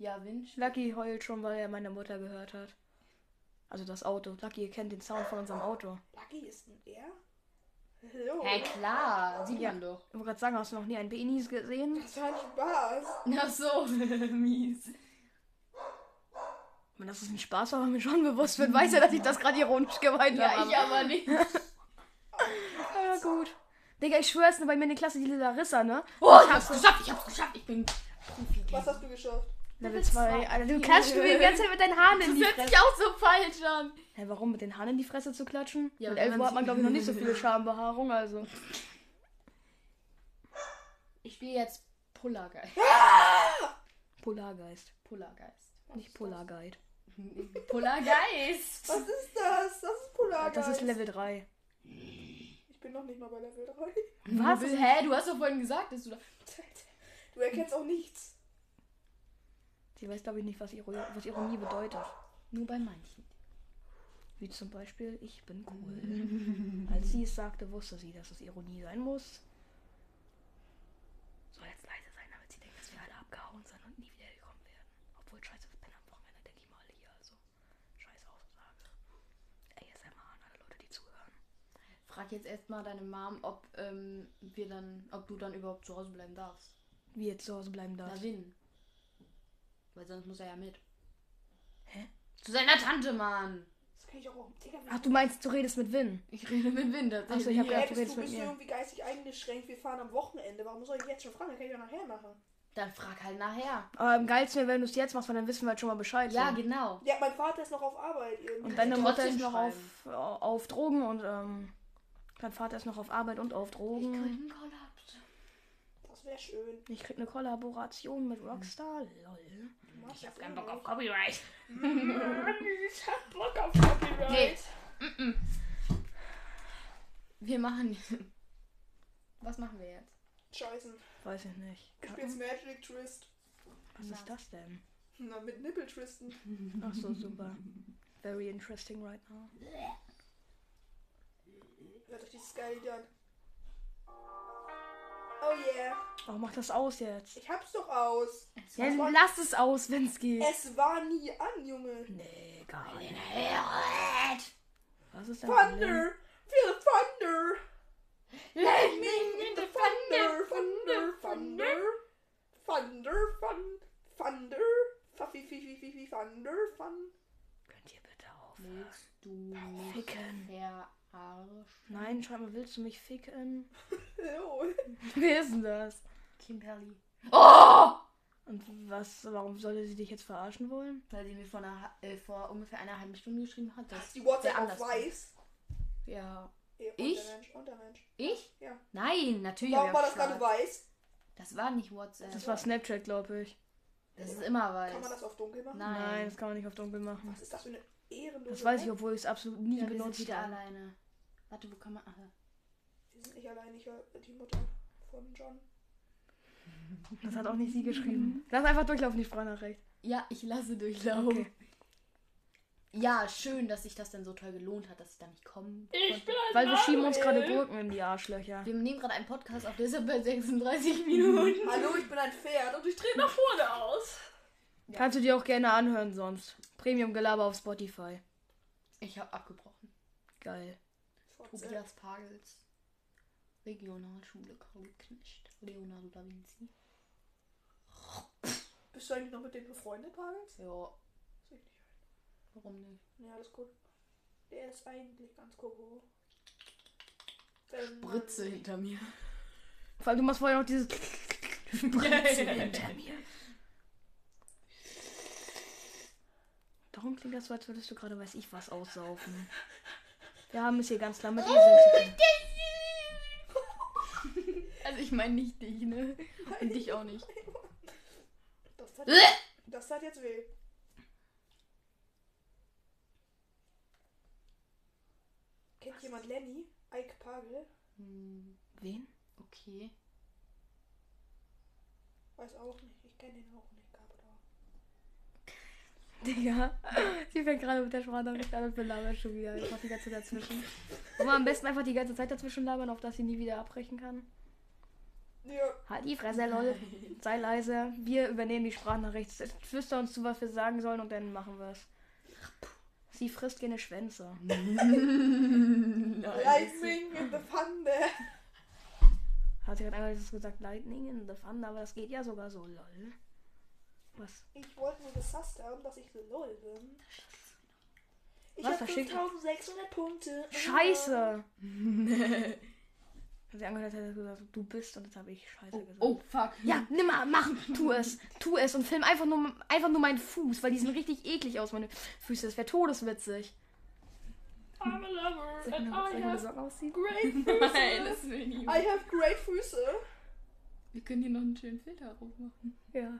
[SPEAKER 3] Ja, Winch.
[SPEAKER 2] Lucky heult schon, weil er meine Mutter gehört hat. Also das Auto. Lucky, ihr kennt den Sound von unserem Auto.
[SPEAKER 4] Lucky ist ein R? Hallo.
[SPEAKER 3] Hä, klar. Sieht man doch.
[SPEAKER 2] Ich wollte gerade sagen, hast du noch nie einen Penis gesehen?
[SPEAKER 4] Das war ein Spaß.
[SPEAKER 3] Ach so, mies.
[SPEAKER 2] Ich meine, das ist ein Spaß, aber mir schon bewusst wird, weiß er, dass ich das gerade ironisch gemeint
[SPEAKER 3] Ja,
[SPEAKER 2] habe.
[SPEAKER 3] ich aber Oh, nicht.
[SPEAKER 2] aber- ja, gut. Digga, ich schwör's nur bei mir in der Klasse, die Larissa, ne?
[SPEAKER 3] Oh, ich hab's geschafft, ich hab's geschafft. Ich bin profi
[SPEAKER 4] Was hast du geschafft?
[SPEAKER 2] Level
[SPEAKER 3] Level
[SPEAKER 2] 2.
[SPEAKER 3] zwei.
[SPEAKER 2] Alter, du klatschst mir die ganze Zeit mit deinen Haaren in die
[SPEAKER 3] Das hört
[SPEAKER 2] Fresse.
[SPEAKER 3] sich auch so falsch an.
[SPEAKER 2] Hä, warum mit den Haaren in die Fresse zu klatschen?
[SPEAKER 3] Ja,
[SPEAKER 2] mit
[SPEAKER 3] wenn
[SPEAKER 2] elf
[SPEAKER 3] man
[SPEAKER 2] Uhr hat man,
[SPEAKER 3] sie-
[SPEAKER 2] glaube ich, noch nicht so viel Schambehaarung, also.
[SPEAKER 3] Ich spiele jetzt Polargeist.
[SPEAKER 2] Polargeist.
[SPEAKER 3] Polargeist.
[SPEAKER 2] Nicht Polarguide.
[SPEAKER 3] Polargeist.
[SPEAKER 4] Was ist das? Das ist Polargeist.
[SPEAKER 2] Das ist Level 3.
[SPEAKER 4] Ich bin noch nicht mal bei Level 3.
[SPEAKER 2] Was?
[SPEAKER 3] Du bist- Hä, du hast doch vorhin gesagt, dass du da...
[SPEAKER 4] Du erkennst auch nichts.
[SPEAKER 2] Sie weiß, glaube ich, nicht, was, Iro was Ironie bedeutet.
[SPEAKER 3] Nur bei manchen.
[SPEAKER 2] Wie zum Beispiel, ich bin cool. Als sie es sagte, wusste sie, dass es Ironie sein muss. Soll jetzt leise sein, damit sie denkt, dass wir alle abgehauen sind und nie wieder gekommen werden. Obwohl, scheiße, ich bin am Wochenende, denke ich mal, alle hier. Also, scheiß Aussage. ASMR an alle Leute, die zuhören.
[SPEAKER 3] Frag jetzt erstmal deine Mom, ob ähm, wir dann, ob du dann überhaupt zu Hause bleiben darfst.
[SPEAKER 2] Wie jetzt zu Hause bleiben darf.
[SPEAKER 3] Na Win. Weil sonst muss er ja mit. Hä? Zu seiner Tante, Mann.
[SPEAKER 4] Das kann ich auch auf dem Ticker
[SPEAKER 2] Ach, du meinst, du redest mit Win?
[SPEAKER 3] Ich rede mit Win tatsächlich.
[SPEAKER 2] Achso, ich habe
[SPEAKER 4] Ja,
[SPEAKER 2] gedacht, du
[SPEAKER 4] bist du
[SPEAKER 2] redest mit
[SPEAKER 4] bist du
[SPEAKER 2] mir.
[SPEAKER 4] irgendwie geistig eingeschränkt. Wir fahren am Wochenende. Warum soll ich jetzt schon fragen? Dann kann ich ja nachher machen.
[SPEAKER 3] Dann frag halt nachher.
[SPEAKER 2] Aber am geilsten wäre, wenn du es jetzt machst, weil dann wissen wir halt schon mal Bescheid.
[SPEAKER 3] Ja,
[SPEAKER 2] so.
[SPEAKER 3] genau.
[SPEAKER 4] Ja, mein Vater ist noch auf Arbeit. Irgendwie.
[SPEAKER 2] Und deine
[SPEAKER 3] ich
[SPEAKER 2] Mutter
[SPEAKER 3] trotzdem
[SPEAKER 2] ist noch auf, äh, auf Drogen und ähm, dein Vater ist noch auf Arbeit und auf Drogen.
[SPEAKER 3] Kollaps.
[SPEAKER 4] Das wäre schön.
[SPEAKER 2] Ich krieg eine Kollaboration mit Rockstar. Lol.
[SPEAKER 4] Ich hab
[SPEAKER 2] Kein Bock auf Copyright.
[SPEAKER 1] Mann, ich hab Bock auf Copyright.
[SPEAKER 3] Nee. Mm-mm. Wir machen. Was machen wir jetzt?
[SPEAKER 4] Scheißen.
[SPEAKER 2] Weiß ich nicht.
[SPEAKER 4] Ich spiel's Magic Twist.
[SPEAKER 2] Was ist das denn?
[SPEAKER 4] Na, mit Nippel twisten.
[SPEAKER 2] Ach so, super. Very interesting right now.
[SPEAKER 4] Hört euch dieses geile Lied an. Oh yeah.
[SPEAKER 2] Warum macht das aus jetzt?
[SPEAKER 4] Ich hab's doch aus.
[SPEAKER 3] Ja,
[SPEAKER 4] Was war-
[SPEAKER 3] lass es aus, wenn es geht.
[SPEAKER 4] Es war nie an, Junge.
[SPEAKER 2] Nee, gar nicht. Was ist denn?
[SPEAKER 4] Thunder. Feel the thunder.
[SPEAKER 3] Let
[SPEAKER 4] Me in the thunder. Thunder. Thunder. Thunder. Fun. Thunder. Faffi, fi, fi, fi, fi, Thunder. Fun.
[SPEAKER 2] Könnt ihr bitte auf?
[SPEAKER 3] Willst du mich
[SPEAKER 2] Ficken.
[SPEAKER 3] verarschen?
[SPEAKER 2] Nein, schreib mal, willst du mich ficken?
[SPEAKER 4] Oh.
[SPEAKER 3] Wer ist denn das? Kimberly. Oh!
[SPEAKER 2] Und was, warum sollte sie dich jetzt verarschen wollen?
[SPEAKER 3] Weil sie mir vor, einer, äh, vor ungefähr einer halben Stunde geschrieben hat, dass
[SPEAKER 4] Ist die WhatsApp
[SPEAKER 3] wer
[SPEAKER 4] auf weiß?
[SPEAKER 3] Ja.
[SPEAKER 4] Ja, Und
[SPEAKER 3] Ich?
[SPEAKER 4] der Mensch. Und der Mensch.
[SPEAKER 3] Ich?
[SPEAKER 4] Ja.
[SPEAKER 3] Nein, natürlich.
[SPEAKER 4] Warum
[SPEAKER 3] hab
[SPEAKER 4] war
[SPEAKER 3] ich
[SPEAKER 4] das gerade
[SPEAKER 3] schwarz.
[SPEAKER 4] weiß?
[SPEAKER 3] Das war nicht WhatsApp.
[SPEAKER 2] Das war Snapchat, glaube ich.
[SPEAKER 3] Das ist immer weiß.
[SPEAKER 4] Kann man das auf dunkel machen?
[SPEAKER 3] Nein.
[SPEAKER 2] Nein, das kann man nicht auf dunkel machen.
[SPEAKER 4] Was ist das für eine ehrenlose
[SPEAKER 2] Das weiß ich,
[SPEAKER 4] Welt?
[SPEAKER 2] obwohl ich es absolut nie
[SPEAKER 3] ja, wir sind
[SPEAKER 2] benutzt
[SPEAKER 3] wieder
[SPEAKER 2] habe.
[SPEAKER 3] alleine. Warte, wo kann man. Ah,
[SPEAKER 4] Wir sind nicht allein, ich höre die Mutter von John.
[SPEAKER 2] Das hat auch nicht sie geschrieben. Lass einfach durchlaufen, die Sprachnachricht.
[SPEAKER 3] ja, ich lasse durchlaufen.
[SPEAKER 2] Okay.
[SPEAKER 3] Ja, schön, dass sich das dann so toll gelohnt hat, dass ich da nicht kommen
[SPEAKER 1] Ich bin ein
[SPEAKER 2] Weil wir schieben uns gerade
[SPEAKER 1] Manuel.
[SPEAKER 2] Gurken in die Arschlöcher.
[SPEAKER 3] Wir nehmen gerade einen Podcast auf, der ist ja bei
[SPEAKER 2] Mhm.
[SPEAKER 3] 36 Minuten.
[SPEAKER 4] Hallo, ich bin ein Pferd und ich
[SPEAKER 1] Dreht nach vorne aus.
[SPEAKER 2] Kannst du dir auch gerne anhören sonst. Premium-Gelaber auf Spotify.
[SPEAKER 3] Ich habe abgebrochen.
[SPEAKER 2] Geil.
[SPEAKER 4] trete.
[SPEAKER 3] Tobias Pagels. Regionalschule Karl Knecht. Leonardo da Vinci.
[SPEAKER 4] Bist du eigentlich noch mit dem befreundet, Pagels?
[SPEAKER 3] Ja,
[SPEAKER 4] Weiß ich nicht.
[SPEAKER 3] warum nicht?
[SPEAKER 4] Ja, alles gut. Der ist eigentlich ganz koko. Ähm, Wenn man-
[SPEAKER 3] Britze hinter mir.
[SPEAKER 2] Vor allem, du machst vorher noch dieses Spritzen hinter mir. Darum klingt das so, als würdest du gerade weiß ich was aussaufen. Wir haben es hier ganz klar mit Esel zu
[SPEAKER 3] Also ich meine nicht dich, ne? Und dich auch nicht.
[SPEAKER 4] Das hat,
[SPEAKER 3] Äh!
[SPEAKER 4] das hat jetzt weh. Kennt jemand Lenny? Ike Pagel?
[SPEAKER 3] Hm,
[SPEAKER 2] Wen?
[SPEAKER 3] okay.
[SPEAKER 4] Weiß auch nicht. Ich kenne den auch nicht. Gab oder?
[SPEAKER 2] Digga. Sie fängt gerade mit der Sprachnachricht an und belabert schon wieder. Ich mach die ganze Zeit dazwischen. Wollen wir am besten einfach die ganze Zeit dazwischen labern, auf dass sie nie wieder abbrechen kann?
[SPEAKER 4] Ja.
[SPEAKER 2] Halt die Fresse, lol. Sei leise. Wir übernehmen die Sprachnachricht. Flüster uns zu, was wir sagen sollen und dann machen wir es. Sie frisst gerne Schwänze.
[SPEAKER 4] Lightning in the Thunder.
[SPEAKER 2] Hat sie gerade einmal das gesagt, Lightning in the Thunder, aber das geht ja sogar so, lol. Was?
[SPEAKER 4] Ich wollte nur gesagt haben, dass ich so lol bin. Ich
[SPEAKER 2] Was,
[SPEAKER 4] habe
[SPEAKER 2] verschickt?
[SPEAKER 4] 5600 Punkte.
[SPEAKER 2] Scheiße! Hat sie angehört, hat sie gesagt, du bist und jetzt habe ich Scheiße
[SPEAKER 3] Oh,
[SPEAKER 2] gesagt.
[SPEAKER 3] oh fuck.
[SPEAKER 2] Ja, nimm mal, machen, tu es, tu es und film einfach nur, einfach nur meinen Fuß, weil die sehen richtig eklig aus, meine Füße. Das wäre todeswitzig.
[SPEAKER 1] I'm a lover and
[SPEAKER 2] Soll
[SPEAKER 1] I
[SPEAKER 2] ich meine
[SPEAKER 1] have
[SPEAKER 2] Socken ausziehen?
[SPEAKER 1] great
[SPEAKER 3] Nein,
[SPEAKER 1] Füße.
[SPEAKER 3] das will ich
[SPEAKER 4] I
[SPEAKER 3] nicht.
[SPEAKER 4] have great Füße.
[SPEAKER 3] Wir können hier noch einen schönen Filter aufmachen.
[SPEAKER 2] Ja.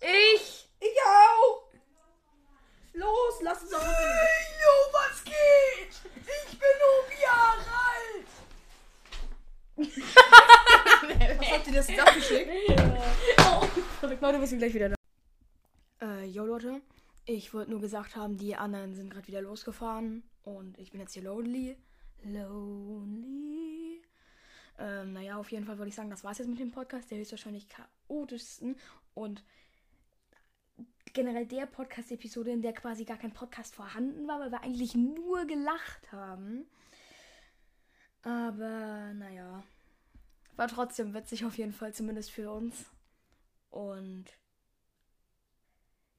[SPEAKER 2] Ich!
[SPEAKER 4] Ich auch. Los, lass uns doch mal reden. Jo, was geht? Ich bin um Jahre alt. was habt ihr das da geschickt?
[SPEAKER 2] Leute, wir sind gleich wieder da. Äh, yo Leute, ich wollte nur gesagt haben, die anderen sind gerade wieder losgefahren und ich bin jetzt hier lonely. Lonely. Ähm, naja, auf jeden Fall würde ich sagen, das war's jetzt mit dem Podcast, der höchstwahrscheinlich chaotischsten und generell der Podcast-Episode, in der quasi gar kein Podcast vorhanden war, weil wir eigentlich nur gelacht haben. Aber naja, war trotzdem witzig auf jeden Fall, zumindest für uns. Und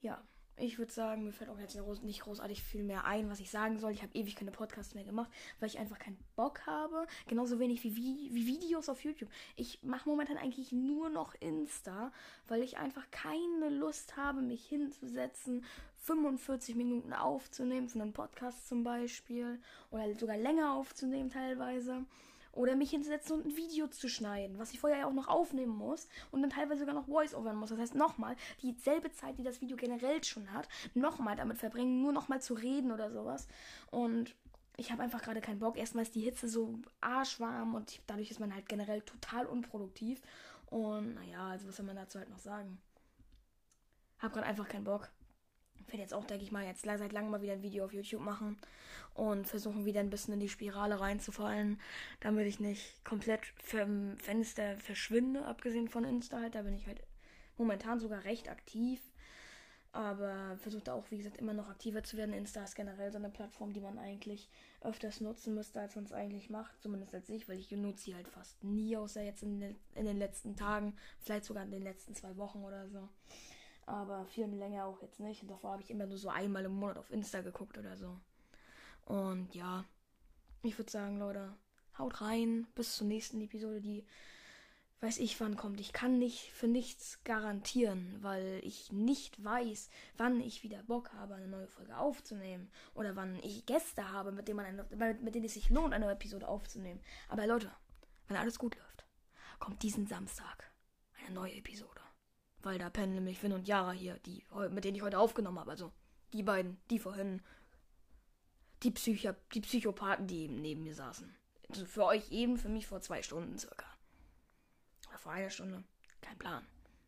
[SPEAKER 2] ja, ich würde sagen, mir fällt auch jetzt groß- nicht großartig viel mehr ein, was ich sagen soll. Ich habe ewig keine Podcasts mehr gemacht, weil ich einfach keinen Bock habe. Genauso wenig wie, Vi- wie Videos auf YouTube. Ich mache momentan eigentlich nur noch Insta, weil ich einfach keine Lust habe, mich hinzusetzen, 45 Minuten aufzunehmen für einen Podcast zum Beispiel oder sogar länger aufzunehmen teilweise Oder mich hinzusetzen und ein Video zu schneiden, was ich vorher ja auch noch aufnehmen muss und dann teilweise sogar noch Voice-Overn muss. Das heißt, nochmal dieselbe Zeit, die das Video generell schon hat, nochmal damit verbringen, nur nochmal zu reden oder sowas. Und ich habe einfach gerade keinen Bock. Erstmal ist die Hitze so arschwarm und ich, dadurch ist man halt generell total unproduktiv. Und naja, also was soll man dazu halt noch sagen? Hab gerade einfach keinen Bock. Ich werde jetzt auch, denke ich mal, jetzt seit langem mal wieder ein Video auf YouTube machen und versuchen wieder ein bisschen in die Spirale reinzufallen, damit ich nicht komplett vom Fenster verschwinde, abgesehen von Insta halt. Da bin ich halt momentan sogar recht aktiv. Aber versucht da auch, wie gesagt, immer noch aktiver zu werden. Insta ist generell so eine Plattform, die man eigentlich öfters nutzen müsste, als man es eigentlich macht. Zumindest als ich, weil ich nutze sie halt fast nie, außer jetzt in den, in den letzten Tagen. Vielleicht sogar in den letzten zwei Wochen oder so. Aber viel länger auch jetzt nicht. Und davor habe ich immer nur so einmal im Monat auf Insta geguckt oder so. Und ja, ich würde sagen, Leute, haut rein. Bis zur nächsten Episode, die weiß ich, wann kommt. Ich kann nicht für nichts garantieren, weil ich nicht weiß, wann ich wieder Bock habe, eine neue Folge aufzunehmen. Oder wann ich Gäste habe, mit denen, man eine, mit, mit denen es sich lohnt, eine Episode aufzunehmen. Aber Leute, wenn alles gut läuft, kommt diesen Samstag eine neue Episode. Weil da pennen nämlich Finn und Yara hier, die, heu- mit denen ich heute aufgenommen habe. Also die beiden, die vorhin. Die, Psycho die Psychopathen, die eben neben mir saßen. Also für euch eben, für mich vor zwei Stunden circa. Oder vor einer Stunde. Kein Plan.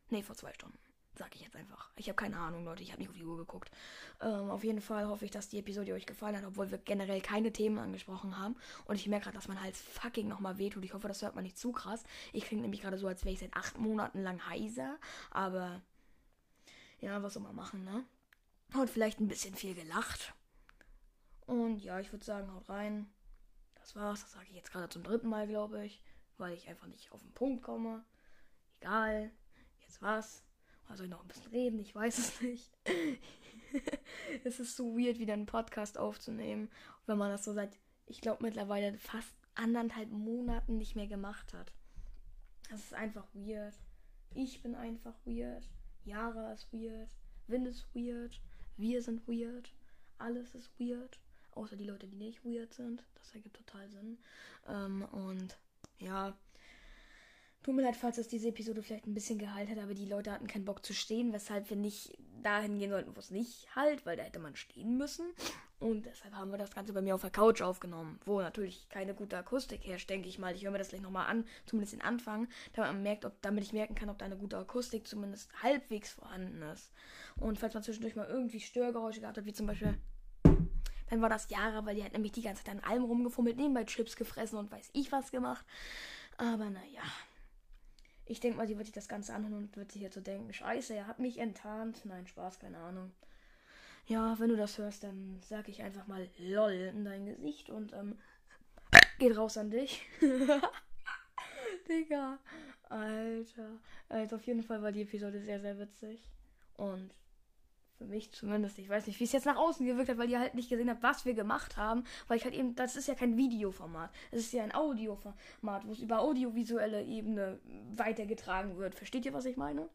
[SPEAKER 2] Nee, vor zwei Stunden. Sag ich jetzt einfach. Ich habe keine Ahnung, Leute. Ich habe nicht auf die Uhr geguckt. Ähm, auf jeden Fall hoffe ich, dass die Episode euch gefallen hat, obwohl wir generell keine Themen angesprochen haben. Und ich merke gerade, dass mein Hals fucking nochmal wehtut. Ich hoffe, das hört man nicht zu krass. Ich klinge nämlich gerade so, als wäre ich seit acht Monaten lang heiser. Aber ja, was soll man machen, ne? Hat vielleicht ein bisschen viel gelacht. Und ja, ich würde sagen, haut rein. Das war's. Das sage ich jetzt gerade zum dritten Mal, glaube ich. Weil ich einfach nicht auf den Punkt komme. Egal. Jetzt war's. Oder soll ich noch ein bisschen reden? Ich weiß es nicht. es ist so weird, wieder einen Podcast aufzunehmen. Wenn man das so seit, ich glaube, mittlerweile fast anderthalb Monaten nicht mehr gemacht hat. Das ist einfach weird. Ich bin einfach weird. Yara ist weird. Wind ist weird. Wir sind weird. Alles ist weird. Außer die Leute, die nicht weird sind. Das ergibt total Sinn. Ähm, und ja. Tut mir leid, falls es diese Episode vielleicht ein bisschen geheilt hat, aber die Leute hatten keinen Bock zu stehen, weshalb wir nicht dahin gehen sollten, wo es nicht halt, weil da hätte man stehen müssen. Und deshalb haben wir das Ganze bei mir auf der Couch aufgenommen, wo natürlich keine gute Akustik herrscht, denke ich mal. Ich höre mir das gleich nochmal an, zumindest den Anfang, damit, man merkt, ob, damit ich merken kann, ob da eine gute Akustik zumindest halbwegs vorhanden ist. Und falls man zwischendurch mal irgendwie Störgeräusche gehabt hat, wie zum Beispiel dann war das Jahre, weil die hat nämlich die ganze Zeit an allem rumgefummelt, nebenbei Chips gefressen und weiß ich was gemacht. Aber naja. Ich denke mal, die wird sich das Ganze anhören und wird sich jetzt so denken, scheiße, er hat mich enttarnt. Nein, Spaß, keine Ahnung. Ja, wenn du das hörst, dann sag ich einfach mal LOL in dein Gesicht und ähm, geht raus an dich. Digga. Alter. Also auf jeden Fall war die Episode sehr, sehr witzig. Und für mich zumindest. Ich weiß nicht, wie es jetzt nach außen gewirkt hat, weil ihr halt nicht gesehen habt, was wir gemacht haben. Weil ich halt eben, das ist ja kein Videoformat. Es ist ja ein Audioformat, wo es über audiovisuelle Ebene weitergetragen wird. Versteht ihr, was ich meine?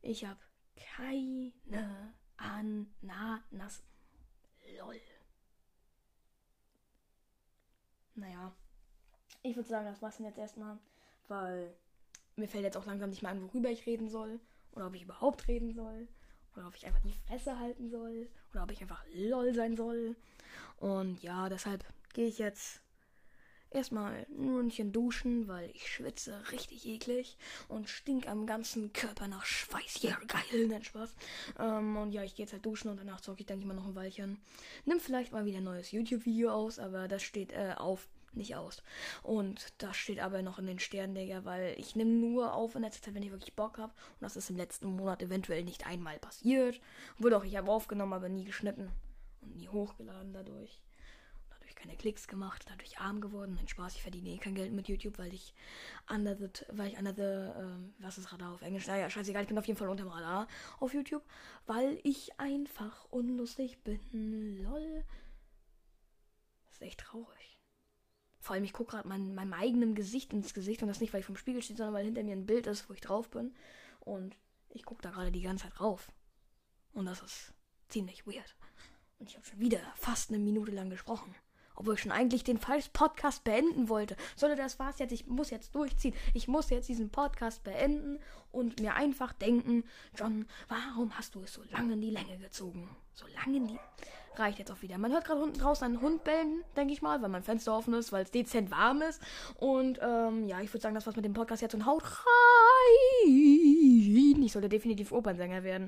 [SPEAKER 2] Ich habe keine Ananas. Lol. Naja. Ich würde sagen, das war's dann jetzt erstmal, weil mir fällt jetzt auch langsam nicht mehr an, worüber ich reden soll. Oder ob ich überhaupt reden soll. Oder ob ich einfach die Fresse halten soll. Oder ob ich einfach lol sein soll. Und ja, deshalb gehe ich jetzt erstmal ein Ründchen duschen, weil ich schwitze richtig eklig und stink am ganzen Körper nach Schweiß. Ja, geil, nennt Spaß. Ähm, und ja, ich gehe jetzt halt duschen und danach zocke ich, denke ich mal, noch ein Weilchen. Nimm vielleicht mal wieder ein neues YouTube-Video aus, aber das steht äh, auf. Nicht aus. Und das steht aber noch in den Sternen, Digga, weil ich nehme nur auf in letzter Zeit, wenn ich wirklich Bock habe. Und das ist im letzten Monat eventuell nicht einmal passiert. Obwohl doch, ich habe aufgenommen, aber nie geschnitten. Und nie hochgeladen dadurch dadurch keine Klicks gemacht, dadurch arm geworden. Nein, Spaß, ich verdiene eh kein Geld mit YouTube, weil ich under the, weil ich under the, ähm, was ist Radar auf Englisch? Naja, scheißegal, ich bin auf jeden Fall unterm Radar auf YouTube, weil ich einfach unlustig bin. Lol. Das ist echt traurig. Vor allem, ich gucke gerade mein, meinem eigenen Gesicht ins Gesicht und das nicht, weil ich vom Spiegel stehe, sondern weil hinter mir ein Bild ist, wo ich drauf bin. Und ich gucke da gerade die ganze Zeit drauf. Und das ist ziemlich weird. Und ich habe schon wieder fast eine Minute lang gesprochen. Obwohl ich schon eigentlich den falschen Podcast beenden wollte. Sollte das war's jetzt. Ich muss jetzt durchziehen. Ich muss jetzt diesen Podcast beenden und mir einfach denken, John, warum hast du es so lange in die Länge gezogen? So lange in die. Reicht jetzt auch wieder. Man hört gerade unten draußen einen Hund bellen, denke ich mal, weil mein Fenster offen ist, weil es dezent warm ist. Und ähm, ja, ich würde sagen, das war's mit dem Podcast jetzt und haut rein. Ich sollte definitiv Opernsänger werden.